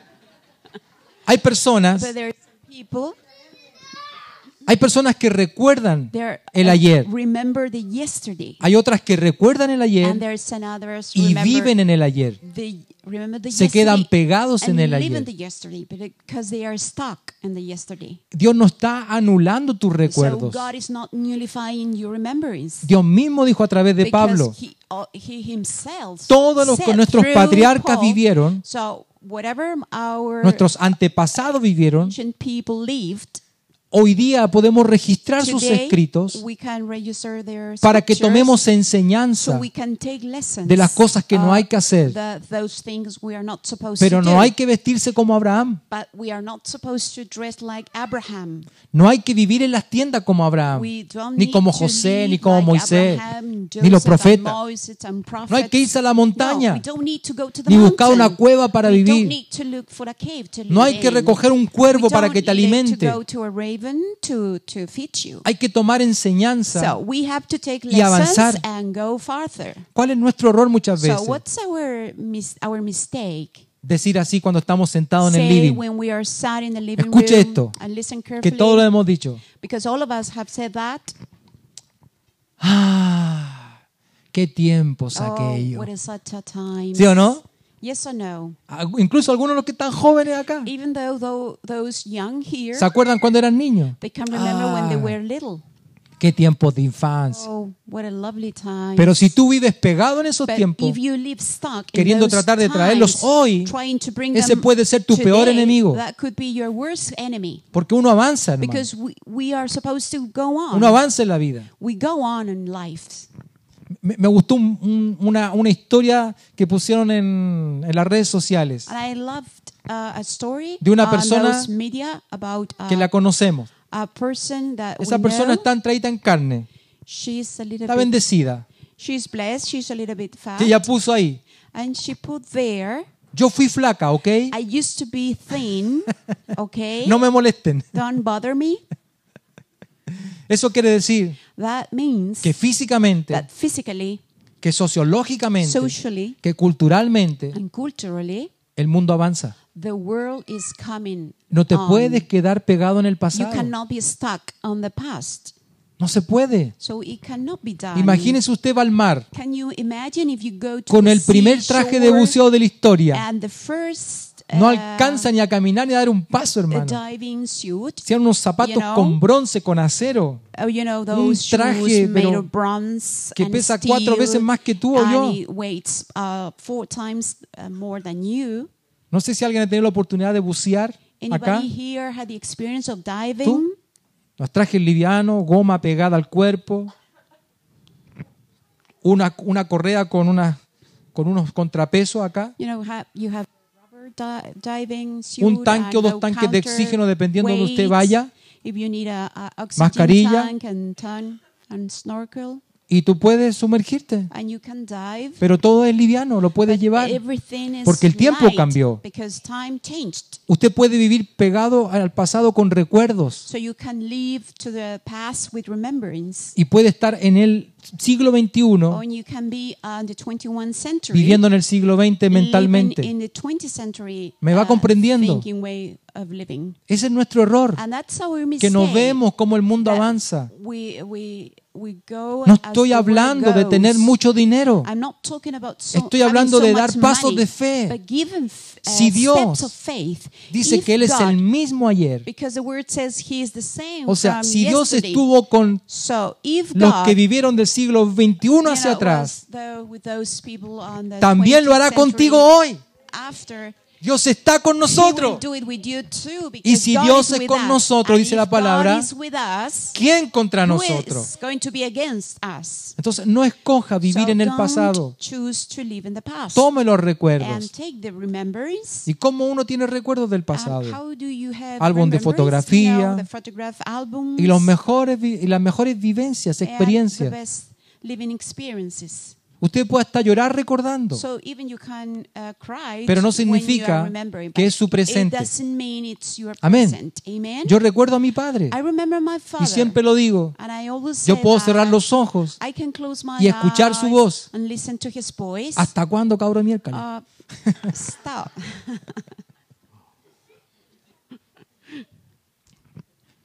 S1: hay personas,
S2: But there are some people,
S1: hay personas que recuerdan
S2: there
S1: el ayer.
S2: uh, remember the yesterday.
S1: Hay otras que recuerdan el ayer
S2: And there's another
S1: y
S2: remember
S1: viven en el ayer.
S2: the, remember the
S1: Se
S2: yesterday
S1: quedan pegados en
S2: and
S1: el
S2: live
S1: ayer.
S2: in the yesterday because they are stuck in the yesterday.
S1: Dios no está anulando tus
S2: So
S1: recuerdos.
S2: God is not nullifying your remembrance.
S1: Dios mismo dijo a través de
S2: Because
S1: Pablo,
S2: he- oh, he himself
S1: Todos los
S2: said
S1: que nuestros
S2: through
S1: patriarcas
S2: Paul,
S1: vivieron,
S2: so whatever our
S1: nuestros antepasados vivieron,
S2: ancient people lived,
S1: hoy día podemos registrar sus
S2: today
S1: escritos
S2: we can register their
S1: para que
S2: scriptures,
S1: tomemos
S2: so
S1: enseñanza
S2: we can take lessons
S1: de las cosas que no
S2: of
S1: hay que hacer.
S2: the- those things we are not supposed
S1: Pero
S2: to
S1: no
S2: do.
S1: hay que vestirse como Abraham,
S2: But we are not supposed to dress like Abraham.
S1: no hay que vivir en las tiendas como Abraham,
S2: We don't
S1: ni
S2: need
S1: como
S2: to
S1: José,
S2: live
S1: ni como
S2: like
S1: Moisés,
S2: Abraham,
S1: ni los
S2: Joseph and
S1: profetas.
S2: Moses and prophets.
S1: No hay que irse a la montaña,
S2: No, we don't need to go to the
S1: ni buscar una
S2: mountain.
S1: cueva para
S2: We
S1: vivir.
S2: don't need to look for a cave to
S1: No hay
S2: live
S1: que
S2: in.
S1: recoger un cuervo
S2: We
S1: para
S2: don't
S1: que te
S2: need
S1: alimente.
S2: to go to a raven to- to feed you.
S1: Hay que tomar enseñanza.
S2: So we have to take
S1: y
S2: lessons
S1: avanzar.
S2: and go farther.
S1: ¿Cuál es nuestro error muchas veces?
S2: So what's our mis- our mistake?
S1: Decir así cuando estamos sentados en el
S2: Say
S1: living,
S2: when we are sat in the living
S1: Escuche
S2: room
S1: esto,
S2: and listen
S1: que todo lo
S2: carefully,
S1: hemos dicho.
S2: because all of us have said that.
S1: Ah, qué tiempos
S2: Oh,
S1: aquellos.
S2: what is such a time?
S1: ¿Sí o no?
S2: Yes or no?
S1: Al就- Incluso algunos de los que están jóvenes acá.
S2: Even though, though those young here,
S1: ¿Se acuerdan cuando eran niños?
S2: they can remember when they
S1: Ah.
S2: were little.
S1: Qué tiempos de infancia.
S2: Oh, what a lovely time.
S1: Pero si tú vives pegado en esos
S2: But
S1: tiempos,
S2: if you live stuck in
S1: queriendo
S2: those
S1: tratar de
S2: times,
S1: traerlos hoy,
S2: trying to bring
S1: ese
S2: them
S1: puede ser tu peor
S2: today,
S1: enemigo.
S2: That could be your worst enemy.
S1: porque uno avanza, hermano.
S2: Because we, we are supposed to go on.
S1: uno avanza en la vida.
S2: We go on in life.
S1: Me, me gustó un- un- una, una historia que pusieron en, en las redes sociales,
S2: And I loved uh, a story
S1: De una
S2: on
S1: persona
S2: those media about uh,
S1: que la conocemos.
S2: a person that
S1: Esa
S2: we
S1: persona
S2: know.
S1: está traída en carne,
S2: She's a little
S1: está
S2: bit,
S1: bendecida.
S2: she's blessed. She's a little bit fat.
S1: Que ella puso ahí.
S2: And she put there,
S1: Yo fui flaca, ¿ok?
S2: I used to be thin, okay?
S1: No me molesten.
S2: Don't bother me.
S1: Eso quiere decir
S2: That means
S1: que físicamente,
S2: that physically,
S1: que sociológicamente,
S2: socially,
S1: que culturalmente,
S2: and culturally,
S1: el mundo avanza.
S2: the world is coming.
S1: No te
S2: on.
S1: puedes quedar pegado en el
S2: Ah. You
S1: pasado.
S2: cannot be stuck on the past.
S1: No se puede.
S2: So it cannot be done.
S1: Imagínese usted va al mar
S2: Can you imagine if you go to
S1: con
S2: the
S1: el primer traje de
S2: seashore
S1: buceo de la historia.
S2: and the first
S1: No
S2: uh,
S1: alcanza ni a caminar ni a dar un paso,
S2: a
S1: hermano.
S2: diving suit.
S1: Hicieron unos zapatos
S2: You know.
S1: con bronce, con acero.
S2: Oh, you know those
S1: traje,
S2: shoes made
S1: pero
S2: of bronze
S1: que
S2: and
S1: pesa cuatro
S2: steel,
S1: veces más que tú o
S2: and
S1: yo.
S2: it weighs uh, four times uh, more than you.
S1: No sé si alguien ha tenido la oportunidad de bucear
S2: Anybody
S1: acá.
S2: here had the experience of diving?
S1: ¿Tú? Los trajes livianos, goma pegada al cuerpo, una, una correa con, una, con unos contrapesos acá,
S2: You know, ha- you have rubber di- diving suit
S1: Un tanque o
S2: and
S1: dos
S2: no
S1: tanques de
S2: counter
S1: oxígeno, dependiendo donde usted
S2: weights.
S1: vaya.
S2: If you need a, a oxygen
S1: Mascarilla.
S2: tank and, ton- and snorkel,
S1: y tú puedes sumergirte.
S2: and you can dive.
S1: Pero todo es liviano, lo puedes llevar.
S2: Everything is
S1: Porque el tiempo
S2: light,
S1: cambió.
S2: Because time changed.
S1: Usted puede vivir pegado al pasado con recuerdos
S2: So you can live to the past with remembrance.
S1: y puede estar en el siglo
S2: Or
S1: XXI
S2: you can be on the 21st century.
S1: viviendo en el siglo XX
S2: living
S1: mentalmente.
S2: in the 20th century
S1: Me va
S2: uh,
S1: comprendiendo.
S2: thinking way of living.
S1: Ese es nuestro error,
S2: And that's our
S1: que
S2: mistake.
S1: no vemos cómo el mundo
S2: that
S1: avanza.
S2: We, we, we go
S1: No
S2: as
S1: estoy
S2: the world
S1: hablando de
S2: goes.
S1: tener mucho dinero.
S2: I'm not talking about so-
S1: Estoy
S2: having
S1: hablando
S2: so
S1: de
S2: much
S1: dar pasos
S2: money,
S1: de fe.
S2: But given f- uh,
S1: Si Dios
S2: steps of faith,
S1: Dice
S2: if
S1: que Él es
S2: God
S1: el mismo ayer.
S2: Because the word says he is the same
S1: O sea,
S2: from
S1: si Dios
S2: yesterday.
S1: estuvo con
S2: so if
S1: los
S2: God,
S1: que vivieron del siglo XXI
S2: you know,
S1: hacia atrás,
S2: was there with those people on the
S1: también lo hará
S2: 20th century
S1: contigo hoy.
S2: After,
S1: Dios está con
S2: he will
S1: nosotros.
S2: do it with you too, because
S1: Y si
S2: God
S1: Dios
S2: is
S1: es
S2: with
S1: con
S2: us.
S1: nosotros,
S2: And
S1: dice la
S2: if God
S1: palabra,
S2: is with us,
S1: ¿Quién contra
S2: who is
S1: nosotros?
S2: going to be against us?
S1: Entonces, no escoja vivir
S2: So
S1: en el
S2: don't
S1: pasado.
S2: choose to live in the past
S1: Tome los
S2: and
S1: recuerdos.
S2: take the remembrance.
S1: ¿Y cómo uno tiene recuerdos del
S2: And
S1: pasado?
S2: how do you have
S1: Álbum de
S2: remembrance? You know,
S1: fotografía.
S2: the photograph albums
S1: Y, los mejores vi- y las mejores vivencias,
S2: and the
S1: experiencias.
S2: best living experiences.
S1: Usted puede hasta llorar recordando.
S2: So even you can uh, cry
S1: Pero no
S2: when you are
S1: significa
S2: remembering,
S1: que
S2: but
S1: es su presente.
S2: It doesn't mean it's your
S1: Amén.
S2: present. Amen.
S1: Yo recuerdo a mi padre.
S2: I remember my father.
S1: Y siempre lo digo.
S2: and I always
S1: Yo
S2: say
S1: puedo
S2: that
S1: cerrar los ojos.
S2: I can close my
S1: y escuchar su
S2: eyes
S1: voz.
S2: And listen to his voice.
S1: ¿Hasta cuándo, cabrón miércoles?
S2: Uh, stop.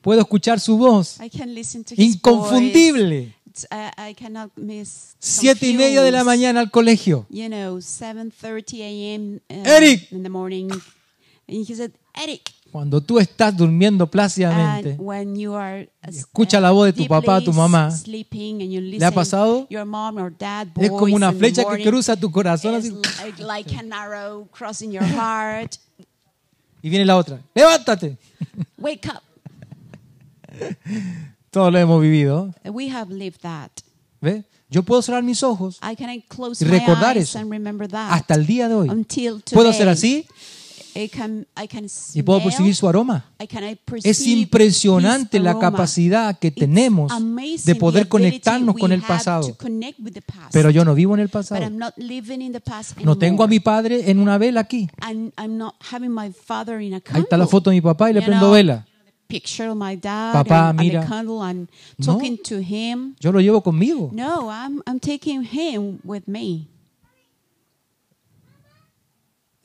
S1: Puedo escuchar su voz.
S2: I can listen to his voice.
S1: Inconfundible.
S2: It's, uh, I cannot miss.
S1: Siete y media de la
S2: confuse.
S1: mañana al colegio.
S2: you know, 7:30 a.m. uh,
S1: Eric!
S2: in the morning. And he said, "Eric,
S1: Cuando tú estás durmiendo plácidamente.
S2: and when you are uh,
S1: escucha la voz de tu
S2: deeply
S1: papá, tu mamá.
S2: sleeping and you
S1: ha
S2: listen
S1: pasado?
S2: your mom or dad
S1: Es como
S2: voice
S1: una
S2: in the
S1: flecha que
S2: morning,
S1: cruza tu corazón
S2: it's
S1: así,
S2: like, like an arrow crossing your heart.
S1: y viene la otra. ¡Levántate!
S2: Wake up.
S1: Todos lo hemos vivido.
S2: We have lived that.
S1: ¿Ve? Yo puedo cerrar mis ojos
S2: I can close
S1: Y recordar
S2: my eyes
S1: eso.
S2: and remember that.
S1: hasta el día de hoy.
S2: Until today,
S1: Puedo hacer así
S2: I can, I can
S1: y puedo
S2: smell
S1: percibir su aroma.
S2: I can- I perceive
S1: Es impresionante
S2: his
S1: la
S2: aroma.
S1: capacidad que
S2: It's
S1: tenemos
S2: amazing
S1: de
S2: the
S1: poder
S2: ability
S1: conectarnos con
S2: we
S1: el
S2: have
S1: pasado.
S2: to connect with the past.
S1: Pero yo no vivo en el
S2: But
S1: pasado.
S2: I'm not living in the past
S1: No tengo a
S2: anymore.
S1: mi padre en una vela aquí.
S2: I'm, I'm not having my father in a
S1: Ahí
S2: candle.
S1: está la foto de mi papá y le
S2: You
S1: prendo
S2: know,
S1: vela.
S2: Picture of my dad
S1: Papá,
S2: and, and
S1: mira.
S2: the candle and
S1: No.
S2: talking to him.
S1: Yo lo llevo conmigo.
S2: No, I'm, I'm taking him with me.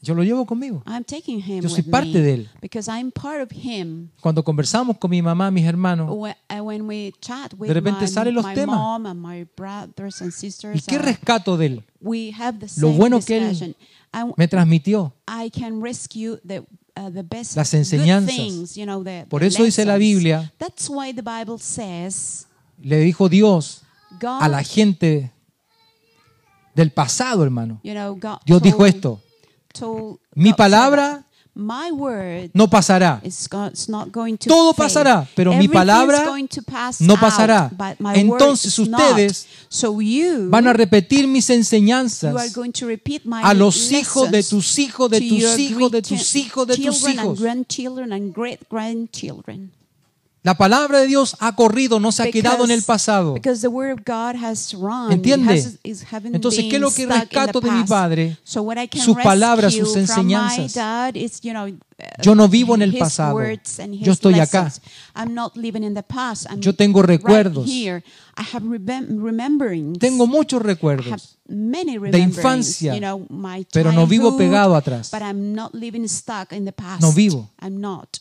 S1: Yo lo llevo conmigo.
S2: I'm taking him
S1: Yo soy
S2: with
S1: parte
S2: me
S1: de él.
S2: because I'm part of him.
S1: Cuando conversamos con mi mamá, mis hermanos,
S2: When, uh, when we chat with
S1: De repente
S2: my,
S1: salen los
S2: my
S1: temas.
S2: mom and my brothers and
S1: ¿y
S2: sisters,
S1: qué
S2: uh,
S1: rescato de él?
S2: we have the
S1: Lo
S2: same
S1: bueno que él
S2: discussion. I-
S1: Me transmitió.
S2: I can rescue the, uh, the best
S1: Las
S2: good
S1: enseñanzas.
S2: things, you know, the-
S1: Por
S2: the
S1: eso dice la
S2: lessons.
S1: Biblia-
S2: That's why the Bible says
S1: Le dijo Dios
S2: God,
S1: a la gente del pasado, hermano.
S2: you know, God
S1: Dios dijo
S2: told-
S1: esto.
S2: told-
S1: Mi
S2: God said,
S1: palabra
S2: my word
S1: No pasará.
S2: is go- it's not going to
S1: Todo
S2: fail.
S1: pasará, pero mi
S2: Everything's
S1: palabra
S2: going to pass
S1: no
S2: out,
S1: pasará.
S2: but my
S1: Entonces
S2: word is
S1: ustedes
S2: not. So you,
S1: Van a repetir mis
S2: you are
S1: enseñanzas
S2: going to repeat my
S1: a los hijos de
S2: lessons
S1: tus hijos, de
S2: to
S1: tus
S2: your
S1: hijos, de
S2: great-
S1: tus hijos, de tus
S2: children and
S1: hijos.
S2: grandchildren and great grandchildren.
S1: La palabra de Dios ha corrido, no se ha quedado en el
S2: Because-
S1: pasado.
S2: because the word of God has run.
S1: ¿Entiende?
S2: It has- is having
S1: Entonces,
S2: been
S1: ¿qué es lo que
S2: stuck in the
S1: rescato de mi
S2: past?
S1: padre?
S2: So what I can
S1: Sus palabras,
S2: rescue
S1: sus
S2: from my
S1: enseñanzas.
S2: dad is, you know, eh,
S1: Yo no vivo en el
S2: his
S1: pasado.
S2: words and
S1: Yo
S2: his
S1: estoy acá.
S2: lessons. I'm not living in the past. I'm
S1: Yo tengo
S2: right
S1: recuerdos.
S2: here. I have remem- remembrance.
S1: Tengo muchos
S2: I have
S1: recuerdos.
S2: many remembrance,
S1: infancia.
S2: you know, my
S1: Pero no vivo
S2: childhood,
S1: pegado atrás.
S2: But I'm not living stuck in the past.
S1: No vivo.
S2: I'm not.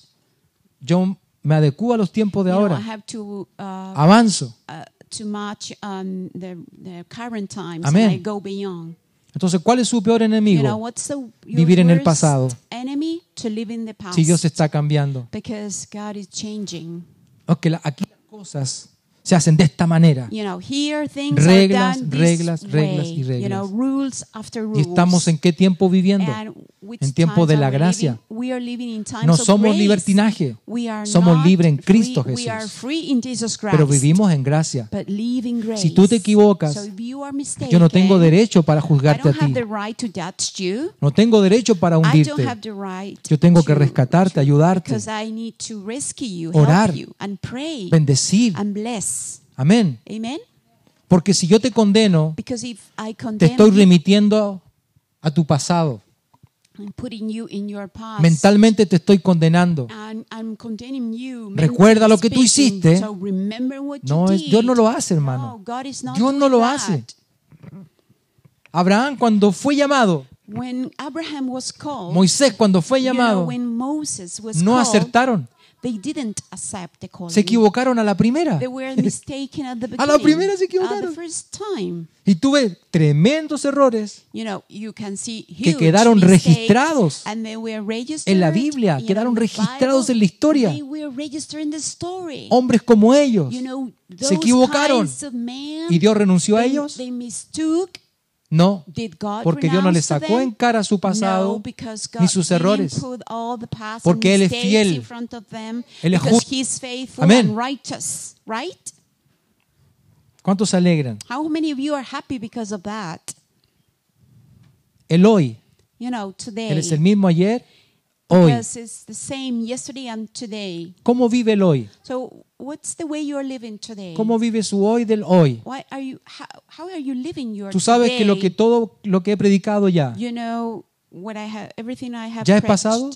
S1: Yo me adecuo a los tiempos de
S2: You know, I
S1: ahora.
S2: have to uh,
S1: Avanzo.
S2: uh, to match um, the, the current times
S1: Amén.
S2: and I go beyond.
S1: Entonces, ¿cuál es su peor
S2: You know
S1: enemigo?
S2: what's the your
S1: Vivir en el
S2: worst
S1: pasado.
S2: Enemy to live in the past.
S1: Si Dios está cambiando.
S2: Because God is changing.
S1: No, que la- aquí las cosas se hacen de esta manera.
S2: You know, here things
S1: Reglas,
S2: are done this
S1: reglas, reglas
S2: way.
S1: y
S2: You know,
S1: reglas.
S2: rules after rules.
S1: ¿Y estamos en qué tiempo viviendo?
S2: And which
S1: En tiempo
S2: times
S1: de
S2: are
S1: la
S2: we
S1: gracia.
S2: living? We are living in times
S1: No
S2: of
S1: somos
S2: grace.
S1: libertinaje,
S2: We are
S1: somos
S2: not
S1: libre en Cristo
S2: free. We are
S1: Jesús.
S2: free in Jesus Christ.
S1: pero vivimos en gracia.
S2: But live in grace.
S1: tú te equivocas,
S2: So if you are
S1: Yo no tengo
S2: mistaken,
S1: derecho para
S2: I
S1: juzgarte a
S2: don't
S1: ti.
S2: have the right to judge you.
S1: No tengo derecho para
S2: I don't
S1: hundirte.
S2: have the right
S1: Yo tengo que
S2: to-
S1: rescatarte, ayudarte,
S2: Because I need to rescue you,
S1: Orar.
S2: help you, and pray,
S1: bendecir.
S2: and bless.
S1: Amén.
S2: Amen.
S1: Porque si yo te condeno,
S2: Because if I
S1: te
S2: condemn
S1: estoy
S2: you,
S1: remitiendo a tu pasado.
S2: I'm putting you in your past,
S1: Mentalmente te estoy condenando.
S2: and I'm condemning you.
S1: Recuerda
S2: mentally
S1: lo que tú
S2: speaking.
S1: hiciste.
S2: So remember what you
S1: No, es-
S2: did.
S1: Dios no lo hace,
S2: No,
S1: hermano.
S2: God is not
S1: Dios no
S2: doing
S1: lo
S2: that.
S1: hace. Abraham cuando fue llamado,
S2: When Abraham was called,
S1: Moisés cuando fue
S2: you know,
S1: llamado,
S2: when Moses was
S1: no
S2: called,
S1: acertaron.
S2: They didn't accept the calling.
S1: Se equivocaron a la primera.
S2: They were mistaken at the
S1: A
S2: beginning.
S1: la primera se
S2: At the
S1: equivocaron.
S2: first time.
S1: Y tuve tremendos errores
S2: You know, you can see
S1: Que
S2: huge
S1: quedaron
S2: mistakes,
S1: registrados
S2: and they were registered
S1: en la Biblia,
S2: in
S1: quedaron
S2: the
S1: registrados
S2: Bible.
S1: en la historia.
S2: They were registered in the story.
S1: hombres como ellos.
S2: You know,
S1: Se
S2: those
S1: equivocaron.
S2: kinds of men,
S1: ¿Y Dios renunció a
S2: they-
S1: ellos?
S2: they mistook.
S1: No,
S2: Did God
S1: porque Dios no
S2: renounce
S1: les sacó
S2: them?
S1: en cara su
S2: No,
S1: pasado
S2: because God
S1: ni sus
S2: didn't
S1: errores.
S2: put all the past
S1: Porque
S2: and
S1: Él es
S2: mistakes
S1: fiel.
S2: in front of them,
S1: Él es
S2: because
S1: justo.
S2: He is faithful
S1: Amén.
S2: and righteous, right?
S1: ¿Cuántos se alegran?
S2: How many of you are happy because of that?
S1: El hoy,
S2: You know, today.
S1: Él es el mismo ayer, hoy.
S2: because it's the same yesterday and today.
S1: ¿Cómo vive el hoy?
S2: So, what's the way you are living today?
S1: ¿Cómo vive su hoy del hoy?
S2: Why are you? How, how are you living your
S1: Tú sabes que lo que
S2: today?
S1: todo lo que he predicado ya,
S2: you know what I have, everything I have.
S1: ¿Ya es
S2: preached.
S1: pasado?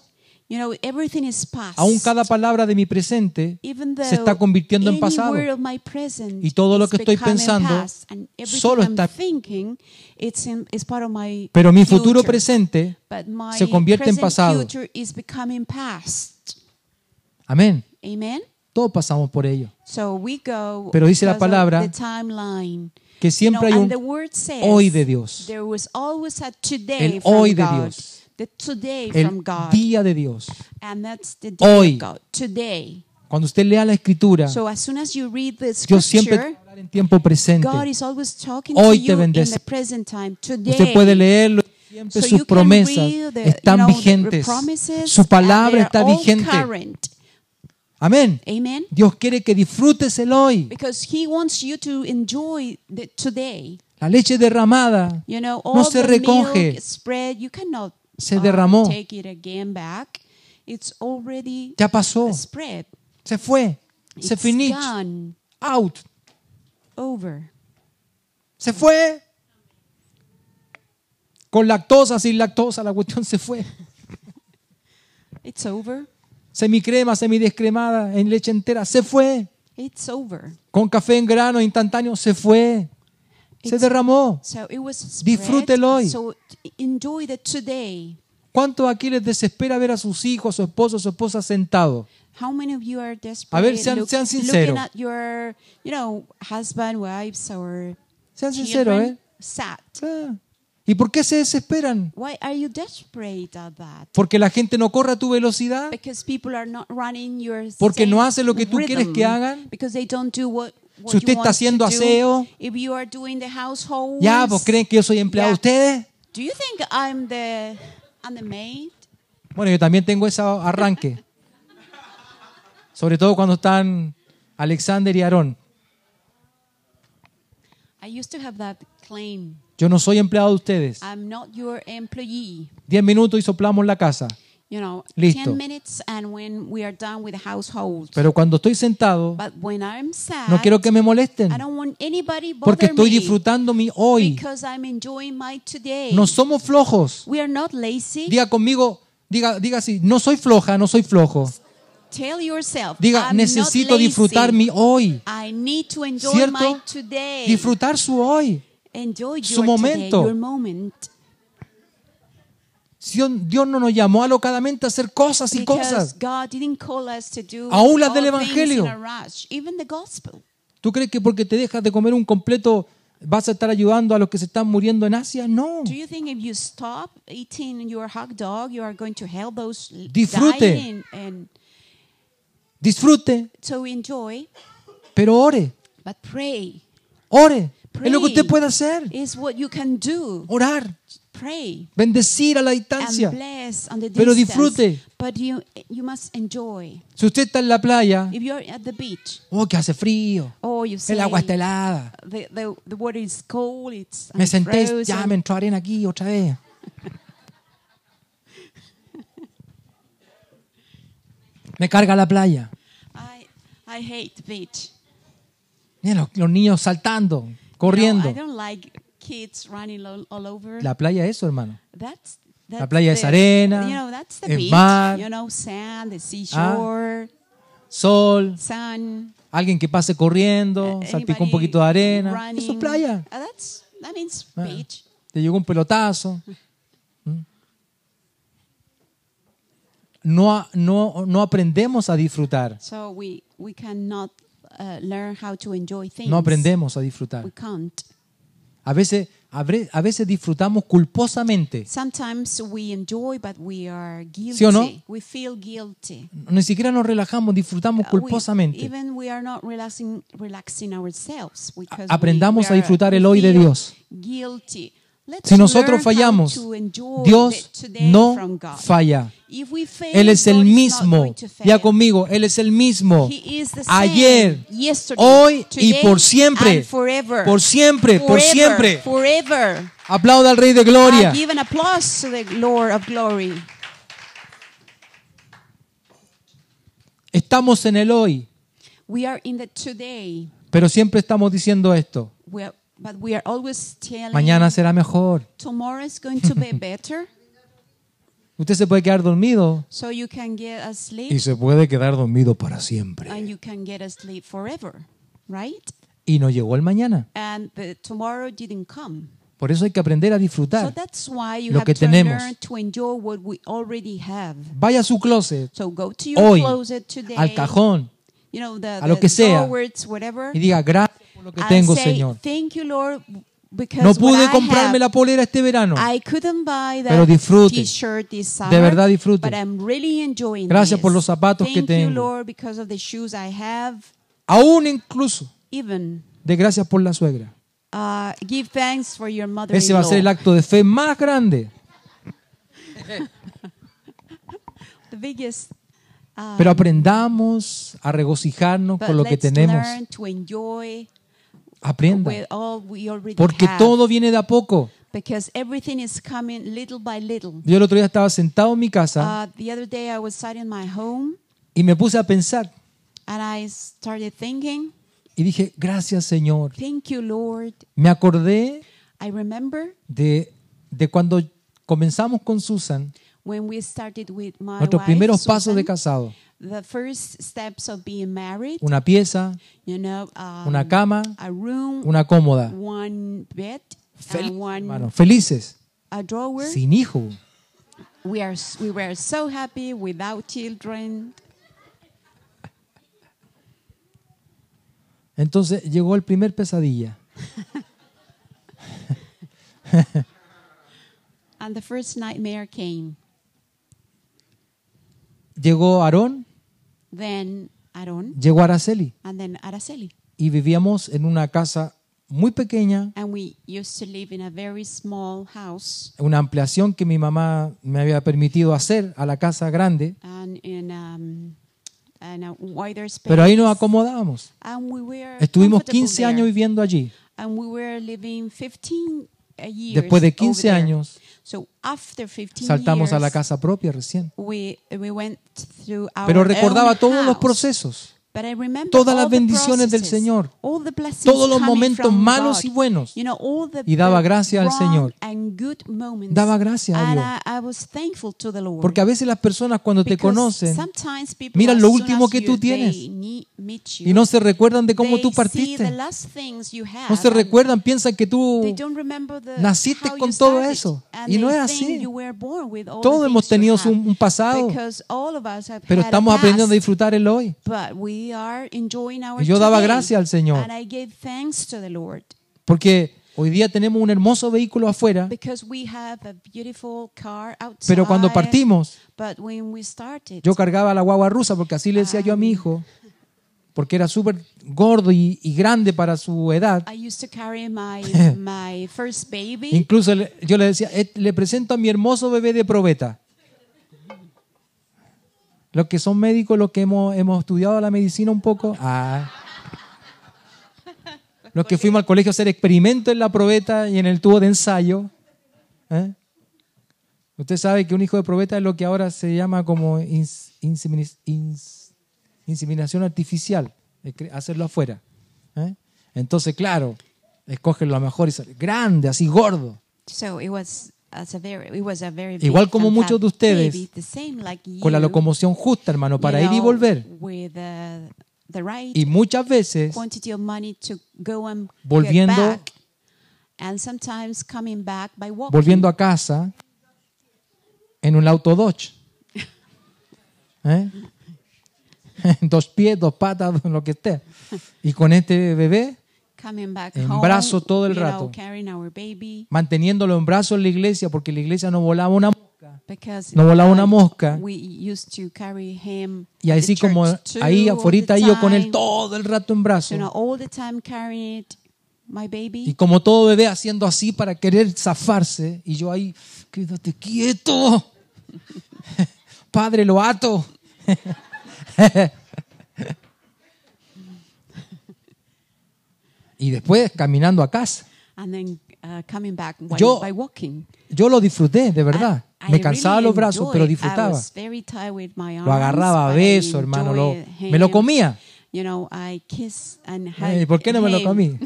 S2: You know, everything is past.
S1: aún cada palabra de mi presente
S2: Even
S1: se está
S2: though
S1: convirtiendo en
S2: any
S1: pasado.
S2: word of my present
S1: Y todo lo
S2: is
S1: que estoy
S2: becoming
S1: pensando
S2: past, and everything
S1: solo
S2: I'm
S1: está-
S2: thinking, it's in- it's part of my
S1: Pero mi futuro
S2: future.
S1: presente,
S2: But my
S1: se convierte en
S2: present
S1: pasado.
S2: future is becoming past.
S1: amén,
S2: Amen.
S1: todos pasamos por ello.
S2: So we go
S1: Pero dice la
S2: because of
S1: palabra
S2: the timeline.
S1: que siempre
S2: You know,
S1: hay
S2: and the
S1: un
S2: word says,
S1: hoy de Dios,
S2: There was always a today
S1: El
S2: from
S1: hoy de
S2: God.
S1: Dios.
S2: The today
S1: el
S2: from God.
S1: día de Dios.
S2: And that's the day
S1: Hoy.
S2: of God. Today.
S1: Cuando usted lea la escritura,
S2: So as soon as you read the
S1: Dios siempre te va
S2: scripture,
S1: a hablar en tiempo presente.
S2: God is always talking
S1: Hoy
S2: to
S1: te
S2: you in
S1: bendice.
S2: the present time. Today.
S1: Usted puede leerlo. Siempre
S2: So
S1: sus
S2: you can
S1: promesas
S2: read the,
S1: están
S2: you know, the
S1: vigentes.
S2: promises,
S1: Su palabra
S2: and
S1: está
S2: they're all
S1: vigente.
S2: current.
S1: Amén.
S2: Amen.
S1: Dios quiere que disfrutes el hoy.
S2: Because he wants you to enjoy the today.
S1: La leche derramada
S2: You know, all
S1: no se
S2: the milk
S1: recoge.
S2: spread, you cannot
S1: Se
S2: uh,
S1: derramó.
S2: take it again back. It's already
S1: Ya pasó.
S2: spread.
S1: Se fue. Se
S2: It's
S1: finich.
S2: gone.
S1: Out.
S2: Over.
S1: Se fue. Con lactosa, sin lactosa, la cuestión se fue.
S2: It's over.
S1: Semicrema, semidescremada, en leche entera, se fue.
S2: It's over.
S1: Con café en grano instantáneo, se fue. Se
S2: It's-
S1: derramó.
S2: So it was spread.
S1: Disfrútelo hoy.
S2: So enjoy the today.
S1: ¿Cuántos aquí les desespera ver a sus hijos, a su esposo, a su esposa sentados?
S2: How many of you are desperate?
S1: A ver, sean-
S2: look-
S1: sean
S2: Looking
S1: sinceros.
S2: at your, you know, husband, wives, or
S1: Sean sinceros,
S2: children,
S1: ¿eh?
S2: sad.
S1: Ah. ¿Y por qué se desesperan?
S2: Why are you desperate at that?
S1: Porque la gente no corre a tu velocidad.
S2: Because people are not running your
S1: Porque
S2: same
S1: no hacen lo que tú
S2: rhythm.
S1: quieres que hagan.
S2: Because they don't do what- what
S1: Si usted
S2: you
S1: está
S2: want
S1: haciendo
S2: to do.
S1: aseo.
S2: If you are doing the household
S1: Ya, pues creen que yo soy empleado de
S2: Ya.
S1: ustedes.
S2: Do you think I'm the I'm the maid?
S1: Bueno, yo también tengo ese arranque. Sobre todo cuando están Alexander y Aarón.
S2: I used to have that claim.
S1: Yo no soy empleado de ustedes.
S2: I'm not your employee.
S1: Diez minutos y soplamos la casa.
S2: You know,
S1: Listo.
S2: 10 minutes and when we are done with the household.
S1: Pero cuando estoy sentado,
S2: But when I'm sad,
S1: no quiero que me molesten.
S2: I don't want anybody
S1: Porque
S2: bother
S1: estoy
S2: me
S1: disfrutando mi hoy.
S2: because I'm enjoying my today.
S1: No somos flojos.
S2: we are not lazy.
S1: Diga conmigo, diga, diga así, no soy floja, no soy flojo.
S2: Tell yourself,
S1: Diga,
S2: I'm
S1: necesito
S2: not lazy.
S1: disfrutar mi hoy.
S2: I need to enjoy
S1: ¿Cierto?
S2: my today.
S1: Disfrutar su hoy.
S2: enjoy
S1: su
S2: your
S1: momento.
S2: Today, your moment.
S1: Si Dios Dios no nos llamó alocadamente a hacer cosas y
S2: Because
S1: cosas.
S2: God didn't call us to do
S1: Aún las del
S2: all things
S1: Evangelio.
S2: in a rush, even the gospel.
S1: ¿Tú crees que porque te dejas de comer un completo ¿Vas a estar ayudando a los que se están muriendo en Asia? No.
S2: Do you think if you stop eating your hot dog, you are going to help those l-
S1: Disfrute.
S2: dying? And
S1: Disfrute,
S2: so enjoy,
S1: pero ore.
S2: but pray.
S1: Ore. Es lo que
S2: Pray.
S1: usted puede hacer.
S2: Is what you can do.
S1: Orar.
S2: Pray
S1: Bendecir a la
S2: and
S1: distancia.
S2: bless on the
S1: Pero
S2: distance.
S1: disfrute.
S2: But you you must enjoy.
S1: Si usted está en la playa,
S2: If you're at the beach,
S1: oh, que hace frío.
S2: oh, you say
S1: El agua está helada.
S2: the, the, the water is cold. It's
S1: Me senté,
S2: frozen.
S1: ya me entró arena aquí otra vez. Me carga la playa.
S2: I I hate beach.
S1: Mira, los, los niños saltando,
S2: No, I
S1: corriendo.
S2: don't like kids running all, all over.
S1: La playa es eso, hermano.
S2: That's,
S1: La
S2: that's
S1: playa es
S2: the-
S1: arena,
S2: You know, that's the
S1: es
S2: beach.
S1: mar. Ah.
S2: You know, sand, the seashore,
S1: Sol,
S2: sun.
S1: alguien que pase corriendo, salpicó un
S2: anybody
S1: poquito de arena.
S2: Eh, running.
S1: Eso es playa.
S2: Ah, that's, that means
S1: Ah.
S2: beach.
S1: Te llegó un pelotazo. ¿Mm? No, a- no, no aprendemos a disfrutar.
S2: So we, we cannot uh, learn how to enjoy things.
S1: No aprendemos a
S2: We
S1: disfrutar.
S2: can't.
S1: A veces, a bre- a veces disfrutamos culposamente.
S2: Sometimes we enjoy, but we are guilty.
S1: o no?
S2: We feel guilty.
S1: Ni siquiera nos relajamos, disfrutamos
S2: Uh, we-
S1: culposamente.
S2: even we are not relaxing, relaxing ourselves because
S1: aprendamos
S2: we- we
S1: a disfrutar
S2: are-
S1: el
S2: we
S1: hoy de
S2: feel
S1: Dios.
S2: guilty. Let's
S1: Si nosotros
S2: learn how
S1: fallamos,
S2: to enjoy
S1: Dios
S2: the- today
S1: no
S2: from God.
S1: falla.
S2: If we fail,
S1: Él es el
S2: God is not
S1: mismo.
S2: going to fail.
S1: Ya conmigo, Él es el mismo.
S2: He is the same
S1: Ayer,
S2: yesterday,
S1: hoy y
S2: today,
S1: por siempre.
S2: and forever.
S1: Por siempre, por
S2: Forever,
S1: siempre.
S2: Forever.
S1: Aplauda al Rey de Gloria.
S2: Ah, give an applause to the Lord of glory.
S1: Estamos en el hoy,
S2: We are in the today.
S1: pero siempre estamos diciendo esto.
S2: We are- but we are always telling
S1: Mañana será mejor.
S2: tomorrow is going to be better.
S1: Usted se puede quedar dormido.
S2: So you can get asleep
S1: Y se puede quedar dormido para siempre.
S2: and you can get asleep forever, right?
S1: Y no llegó el mañana.
S2: And the tomorrow didn't come.
S1: Por eso hay que aprender a
S2: So
S1: disfrutar.
S2: that's why you
S1: Lo
S2: have
S1: que
S2: to
S1: tenemos.
S2: learn to enjoy what we already have.
S1: Vaya a su closet
S2: So go to your
S1: hoy,
S2: closet today.
S1: al cajón,
S2: you know, the,
S1: a lo
S2: the
S1: que sea.
S2: drawers, whatever.
S1: y diga gracias por lo que
S2: and
S1: tengo,
S2: say,
S1: Señor.
S2: Thank you, Lord, because
S1: No
S2: what
S1: pude
S2: I
S1: comprarme
S2: have,
S1: la polera este verano.
S2: I couldn't buy that
S1: Pero disfrute.
S2: t-shirt this summer.
S1: De verdad disfrute.
S2: But I'm really enjoying
S1: Gracias
S2: this.
S1: por los zapatos que
S2: Thank
S1: tengo.
S2: you, Lord, because of the shoes I have.
S1: Aún incluso
S2: Even
S1: de gracias por la suegra.
S2: Uh, give thanks for your mother
S1: Ese va a ser el acto de fe más grande.
S2: the biggest uh,
S1: Pero aprendamos a regocijarnos
S2: but
S1: con lo que
S2: let's
S1: tenemos.
S2: learn to enjoy
S1: Aprenda.
S2: with all we already
S1: Porque
S2: have
S1: todo viene de a poco.
S2: because everything is coming little by little
S1: Yo el otro día estaba sentado en mi casa
S2: uh, the other day I was sat in my home
S1: y me puse a pensar
S2: and I started thinking
S1: y dije, gracias Señor.
S2: thank you Lord
S1: Me acordé
S2: I remember
S1: de, de cuando comenzamos con Susan,
S2: when we started with my
S1: nuestros
S2: wife,
S1: primeros pasos de
S2: Susan,
S1: casado.
S2: the first steps of being married
S1: Una pieza,
S2: you know um,
S1: una cama,
S2: a room
S1: una cómoda.
S2: Ah, one bed
S1: Fel-
S2: and one
S1: hermano, felices,
S2: a drawer
S1: sin hijo.
S2: We are we were so happy without children.
S1: Entonces llegó el primer pesadilla.
S2: And the first nightmare came.
S1: Llegó Aarón,
S2: Then Aaron
S1: llegó Araceli.
S2: and then Araceli.
S1: y vivíamos en una casa muy pequeña,
S2: And we used to live in a very small house
S1: una ampliación que mi mamá me había permitido hacer a la casa grande,
S2: and in um in a wider space.
S1: pero ahí nos acomodábamos.
S2: and we were
S1: Estuvimos
S2: comfortable
S1: 15
S2: there.
S1: años viviendo allí.
S2: and we were living 15 years
S1: Después de 15
S2: over there.
S1: años,
S2: So after 15
S1: saltamos a la
S2: years,
S1: casa propia recién.
S2: We, we went through our
S1: Pero recordaba
S2: own
S1: todos los
S2: house.
S1: procesos,
S2: But I remember
S1: Todas
S2: all
S1: las
S2: the
S1: bendiciones del
S2: processes,
S1: Señor.
S2: all the blessings
S1: Todos los
S2: coming
S1: momentos
S2: from
S1: malos
S2: God.
S1: y buenos.
S2: You know, all the-
S1: Y daba
S2: the
S1: gracias al
S2: wrong
S1: Señor.
S2: and good moments.
S1: Daba gracias a
S2: And
S1: Dios.
S2: I- I was thankful to the Lord.
S1: porque a veces las personas cuando te
S2: Because
S1: conocen
S2: sometimes people,
S1: miran
S2: as
S1: lo
S2: soon
S1: último
S2: as
S1: que
S2: you-
S1: tú tienes
S2: they need- meet you,
S1: y no se recuerdan de cómo
S2: they
S1: tú
S2: see the
S1: partiste,
S2: last things you had,
S1: no se
S2: and
S1: recuerdan, piensan que
S2: they
S1: tú...
S2: don't remember the-
S1: naciste
S2: how
S1: con
S2: you
S1: todo
S2: started.
S1: eso.
S2: And
S1: Y no
S2: they
S1: es
S2: think
S1: así.
S2: you were born with all the
S1: Todos hemos
S2: things you
S1: tenido
S2: have.
S1: un- un pasado.
S2: Because all of us have
S1: Pero
S2: had a
S1: estamos aprendiendo a
S2: past.
S1: disfrutar el hoy.
S2: But we are enjoying our
S1: Y yo daba
S2: today.
S1: gracias al Señor.
S2: And I gave thanks to the Lord.
S1: Porque hoy día tenemos un hermoso vehículo afuera,
S2: Because we have a beautiful car outside.
S1: pero cuando partimos,
S2: But when we started,
S1: yo cargaba la guagua rusa, porque así le decía yo a mi hijo, porque era súper gordo y, y grande para su edad.
S2: I used to carry my my first baby.
S1: Incluso le- yo le decía, "Eh, le presento a mi hermoso bebé de probeta. Los que son médicos, los que hemos, hemos estudiado la medicina un poco, ah. los que fuimos al colegio a hacer experimentos en la probeta y en el tubo de ensayo. ¿eh? Usted sabe que un hijo de probeta es lo que ahora se llama como ins- inseminis- ins- inseminación artificial, es cre- hacerlo afuera. ¿eh? Entonces, claro, escogen lo mejor y sale grande, así gordo.
S2: So it was as a very it was a very
S1: Igual
S2: big
S1: como
S2: and
S1: muchos
S2: fat
S1: de ustedes,
S2: baby, the same like
S1: con la
S2: you,
S1: locomoción justa, hermano,
S2: you
S1: para ir y
S2: know,
S1: volver.
S2: With uh, the right
S1: Y muchas veces
S2: quantity of money to go and
S1: Volviendo-
S2: get back, and sometimes coming back by walking.
S1: volviendo a casa en un auto Dodge. ¿Eh? dos pies, dos patas, lo que esté. Y con este bebé,
S2: coming back
S1: en
S2: home,
S1: brazo todo el
S2: you know,
S1: rato.
S2: carrying our baby
S1: manteniéndolo en brazos en la iglesia, porque la iglesia no volaba una mosca.
S2: because
S1: No volaba una
S2: um,
S1: mosca.
S2: We used to carry him
S1: Y
S2: to
S1: así
S2: church
S1: como
S2: too
S1: ahí
S2: all the
S1: afuera yo con él
S2: time.
S1: todo el rato en
S2: So now
S1: brazos.
S2: all the time carrying it, my baby.
S1: Y como todo bebé haciendo así para querer zafarse. Y yo ahí, quédate quieto. Padre, lo ato. y después caminando a casa.
S2: and then uh, coming back by,
S1: Yo-
S2: by walking.
S1: Yo lo disfruté, de verdad.
S2: I- I
S1: Me cansaba
S2: really
S1: los brazos,
S2: enjoyed.
S1: pero
S2: I
S1: disfrutaba.
S2: was very tired with my
S1: Lo agarraba a
S2: arms, but I
S1: beso, hermano. lo-
S2: enjoyed him.
S1: me lo comía.
S2: You know, I kiss and
S1: Eh, ¿Y
S2: hug
S1: por qué no me lo
S2: him.
S1: comí?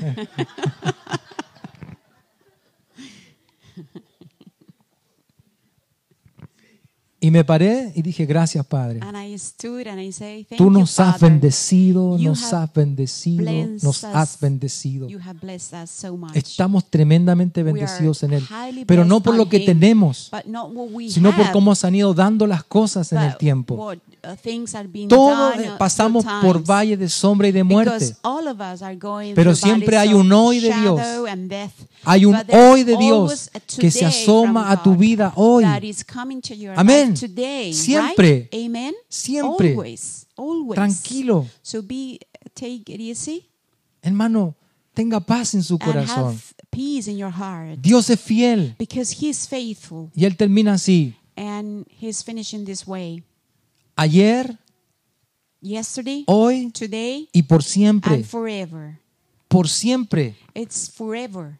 S1: y me paré y dije, gracias Padre.
S2: And I stood and I say, Thank
S1: Tú
S2: you,
S1: nos has
S2: Father.
S1: bendecido,
S2: You
S1: nos
S2: have
S1: has bendecido,
S2: blessed
S1: nos has
S2: us.
S1: bendecido.
S2: You have blessed us so much.
S1: Estamos tremendamente
S2: We are
S1: bendecidos en Él,
S2: highly
S1: pero no
S2: blessed
S1: por lo
S2: on
S1: que
S2: him,
S1: tenemos,
S2: but not what we
S1: sino por
S2: have,
S1: cómo se han ido dando las cosas en el
S2: but
S1: tiempo.
S2: what, uh, things are being
S1: Todos
S2: done,
S1: eh,
S2: uh,
S1: pasamos
S2: through
S1: por
S2: times.
S1: valle de sombra y de muerte.
S2: Because all of us are going
S1: Pero
S2: through
S1: siempre hay
S2: valleys
S1: un
S2: of
S1: hoy de Dios.
S2: shadow and death.
S1: Hay un
S2: But there's
S1: hoy de Dios
S2: always a
S1: que se
S2: today
S1: asoma
S2: from
S1: a tu
S2: God
S1: vida hoy.
S2: that is coming to your
S1: Amén.
S2: life today,
S1: Siempre.
S2: right? Amen.
S1: Siempre.
S2: Always, always.
S1: Tranquilo,
S2: So be, take it easy
S1: hermano, tenga paz en su
S2: and
S1: corazón.
S2: have peace in your heart
S1: Dios es fiel.
S2: because He is faithful
S1: Y él termina así.
S2: and He's finishing this way.
S1: Ayer,
S2: Yesterday,
S1: hoy
S2: today,
S1: y por siempre.
S2: and forever.
S1: Por siempre.
S2: It's forever.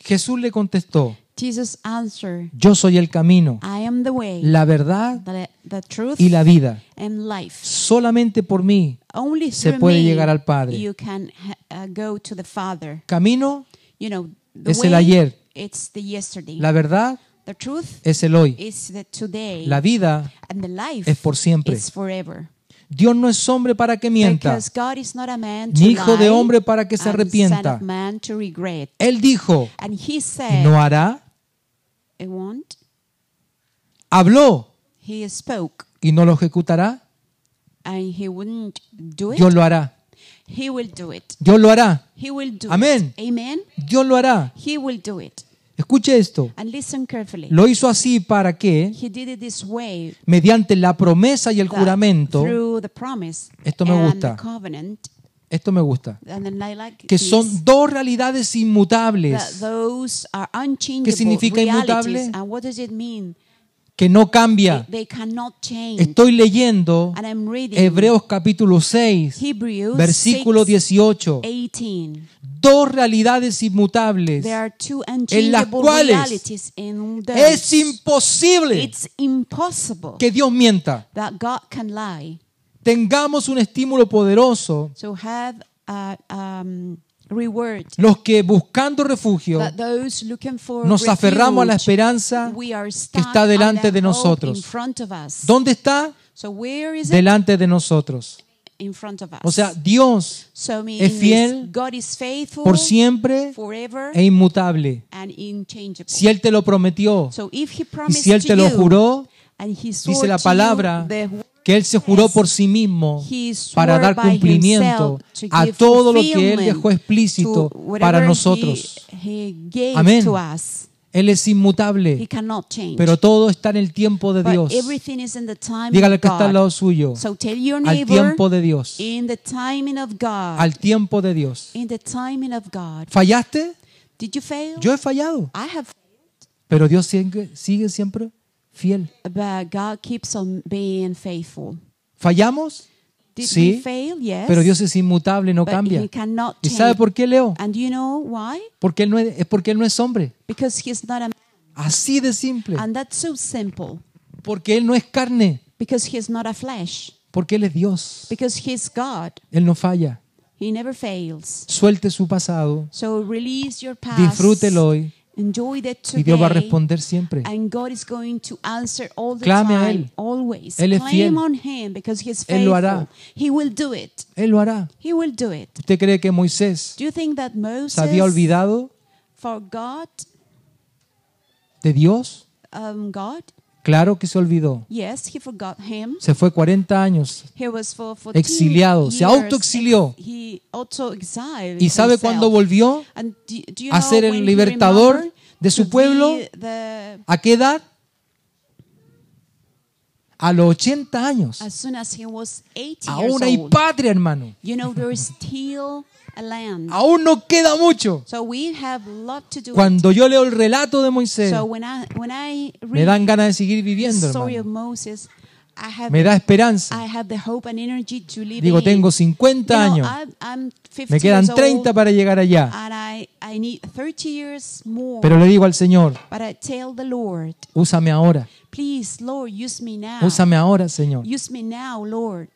S1: Jesús le contestó,
S2: Jesus answered,
S1: yo soy el camino,
S2: I am the way,
S1: la verdad
S2: the, the truth,
S1: y la vida.
S2: and life.
S1: Solamente por mí.
S2: Only
S1: Se
S2: through
S1: puede
S2: me
S1: llegar al Padre.
S2: You can ha- uh, go to the Father.
S1: Camino,
S2: You know, the
S1: Es
S2: way,
S1: el ayer.
S2: It's the yesterday.
S1: la verdad
S2: the truth
S1: es el hoy.
S2: is the today.
S1: La vida.
S2: and the life
S1: es por siempre.
S2: is forever.
S1: Dios no es hombre para que mienta,
S2: Because God is not a man to
S1: ni hijo de
S2: lie,
S1: hombre para que se
S2: and son
S1: arrepienta.
S2: of man to regret.
S1: Él dijo,
S2: And he
S1: y
S2: said,
S1: no hará.
S2: "I won't."
S1: Habló
S2: He spoke,
S1: y no lo ejecutará.
S2: and he wouldn't do it.
S1: Dios lo hará.
S2: He will do it.
S1: Dios lo hará.
S2: He will do
S1: Amén.
S2: it. Amen.
S1: Dios lo hará.
S2: He will do it.
S1: Escuche esto.
S2: And listen carefully.
S1: Lo hizo así para que,
S2: He did it this way.
S1: mediante la promesa y el
S2: that
S1: juramento,
S2: through the promise
S1: Esto me
S2: and
S1: gusta.
S2: the covenant,
S1: esto me gusta,
S2: and then I like
S1: que
S2: this,
S1: son dos realidades
S2: that
S1: inmutables,
S2: those are unchangeable
S1: significa inmutable?
S2: realities. And what does it mean?
S1: que no cambia.
S2: They cannot change.
S1: Estoy leyendo
S2: and I'm reading
S1: Hebreos capítulo 6,
S2: Hebrews
S1: versículo
S2: 6,
S1: 18.
S2: 18.
S1: Dos realidades inmutables.
S2: There are two
S1: En
S2: unchangeable
S1: las cuales
S2: realities in those.
S1: Es imposible
S2: It's impossible
S1: que Dios mienta.
S2: that God can lie.
S1: tengamos un estímulo poderoso,
S2: So have a um, reward
S1: los que buscando refugio
S2: that those looking for
S1: nos aferramos a la
S2: refuge,
S1: esperanza.
S2: we are
S1: que
S2: stuck
S1: está delante
S2: on the
S1: de
S2: hope
S1: nosotros.
S2: In front of us.
S1: ¿Dónde está?
S2: So where is it?
S1: Delante de nosotros.
S2: In front of us.
S1: O sea, Dios
S2: so
S1: es
S2: means
S1: fiel
S2: God is faithful
S1: por siempre
S2: forever
S1: e inmutable.
S2: and unchangeable.
S1: Si Él te lo prometió
S2: so if he
S1: y
S2: promised
S1: si Él
S2: to
S1: te lo
S2: you,
S1: juró,
S2: and he
S1: dice
S2: swore
S1: la
S2: to
S1: palabra
S2: you the
S1: que él se juró por sí mismo
S2: He swore
S1: para dar
S2: by
S1: cumplimiento
S2: himself to
S1: a
S2: give
S1: todo lo que él
S2: fulfillment
S1: dejó explícito
S2: to whatever
S1: para
S2: he-
S1: nosotros.
S2: he gave
S1: Amén.
S2: to us.
S1: Él es
S2: He
S1: inmutable,
S2: cannot change.
S1: pero todo está en el tiempo de
S2: But
S1: Dios.
S2: everything is in the time
S1: Dígale al
S2: of
S1: que está al
S2: God.
S1: lado suyo,
S2: So tell your
S1: al
S2: neighbor,
S1: tiempo de Dios,
S2: in the timing of God,
S1: al tiempo de Dios.
S2: in the timing of God.
S1: ¿Fallaste?
S2: Did you fail?
S1: Yo he fallado,
S2: I have,
S1: pero Dios sigue, sigue siempre fiel.
S2: but God keeps on being faithful.
S1: ¿Fallamos?
S2: Did
S1: Sí,
S2: we fail? Yes.
S1: Pero Dios es inmutable, no
S2: but
S1: cambia.
S2: He cannot
S1: ¿Y
S2: change.
S1: sabe por qué, Leo?
S2: And you know why?
S1: Porque él no es, es porque él no es hombre.
S2: Because he's not a man.
S1: Así de simple.
S2: And that's so simple.
S1: Porque él no es carne.
S2: Because he's not a flesh.
S1: Porque él es Dios.
S2: Because he's God.
S1: Él no falla.
S2: He never fails.
S1: Suelte su pasado.
S2: So release your past.
S1: Disfrútelo hoy.
S2: Enjoy that
S1: Y Dios va a
S2: today.
S1: responder siempre.
S2: And God is going to answer all the
S1: Clame a
S2: time,
S1: Él.
S2: always.
S1: Él es
S2: Claim
S1: fiel.
S2: on Him because He is
S1: Él
S2: faithful.
S1: lo hará.
S2: He will do it.
S1: Él lo hará.
S2: He will do it.
S1: ¿Usted cree que Moisés
S2: Do you think that Moses
S1: se había olvidado
S2: forgot
S1: de Dios?
S2: um, God?
S1: Claro que se olvidó.
S2: Yes, he forgot Him.
S1: Se fue 40 años.
S2: He was for 14
S1: Exiliado, se
S2: years.
S1: autoexilió.
S2: He auto-exiled
S1: ¿Y sabe
S2: himself.
S1: cuándo volvió?
S2: And do- do you
S1: a
S2: know
S1: ser el
S2: when he
S1: libertador
S2: remembered
S1: de su
S2: to be
S1: pueblo?
S2: the-
S1: ¿A qué edad? A los 80 años.
S2: as soon as he was 80
S1: Aún hay
S2: years old.
S1: patria, hermano.
S2: You know, there is still a land.
S1: Aún nos queda mucho.
S2: So we have a lot to do.
S1: Cuando yo leo el relato de Moisés,
S2: so when I when I
S1: me
S2: read
S1: dan ganas de seguir
S2: the
S1: viviendo,
S2: story
S1: hermano.
S2: of Moses, I have
S1: Me da esperanza.
S2: I have the hope and energy to live.
S1: Digo,
S2: in.
S1: tengo
S2: You
S1: 50
S2: know,
S1: años.
S2: I'm, I'm 50
S1: Me quedan
S2: years old,
S1: 30 para llegar allá.
S2: and I I need 30 years more.
S1: Pero le digo al Señor,
S2: but I tell the Lord,
S1: úsame ahora.
S2: please, Lord, use me now.
S1: Úsame ahora, Señor.
S2: Use me now, Lord.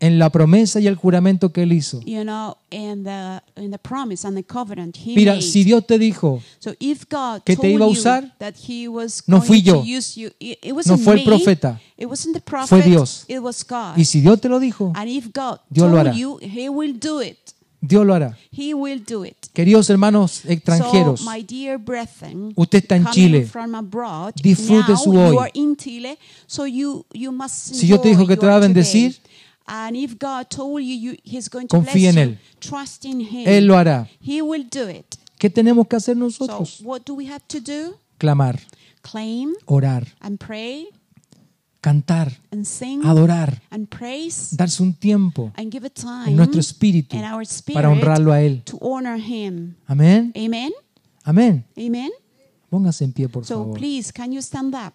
S1: En la promesa y el juramento que Él hizo.
S2: You know, in the in the promise and the covenant He
S1: Mira,
S2: made.
S1: si Dios te dijo,
S2: So if God
S1: que te
S2: told
S1: iba a
S2: you
S1: usar,
S2: that he was
S1: no
S2: going
S1: fui yo.
S2: to use you, it- it
S1: No
S2: wasn't
S1: fue el
S2: me,
S1: profeta.
S2: It wasn't the prophet.
S1: Dios.
S2: It was God.
S1: y si Dios te lo dijo,
S2: And if God
S1: Dios lo
S2: told
S1: hará.
S2: you, he will do it.
S1: Dios lo hará.
S2: He will do it.
S1: Queridos hermanos extranjeros,
S2: So, my dear brethren,
S1: Usted está en
S2: coming
S1: Chile.
S2: From abroad,
S1: Disfrute
S2: now
S1: su hoy.
S2: You are in Chile, so you, you must
S1: Si yo te dijo
S2: enjoy
S1: que te
S2: your
S1: va a
S2: today.
S1: bendecir,
S2: And if God told you, you- he's going to
S1: confía
S2: bless
S1: en
S2: you,
S1: Él.
S2: Trust in him.
S1: Él lo hará.
S2: He will do it.
S1: ¿Qué tenemos que hacer
S2: So
S1: nosotros?
S2: what do we have to do?
S1: Clamar,
S2: Claim
S1: orar,
S2: and pray
S1: cantar,
S2: and sing
S1: adorar,
S2: and praise
S1: darse un tiempo
S2: and give a time
S1: en nuestro espíritu
S2: and our spirit
S1: para honrarlo a Él.
S2: to honor him.
S1: Amén.
S2: Amen.
S1: Amén.
S2: Amen.
S1: Póngase en pie, por
S2: So
S1: favor.
S2: please, can you stand up?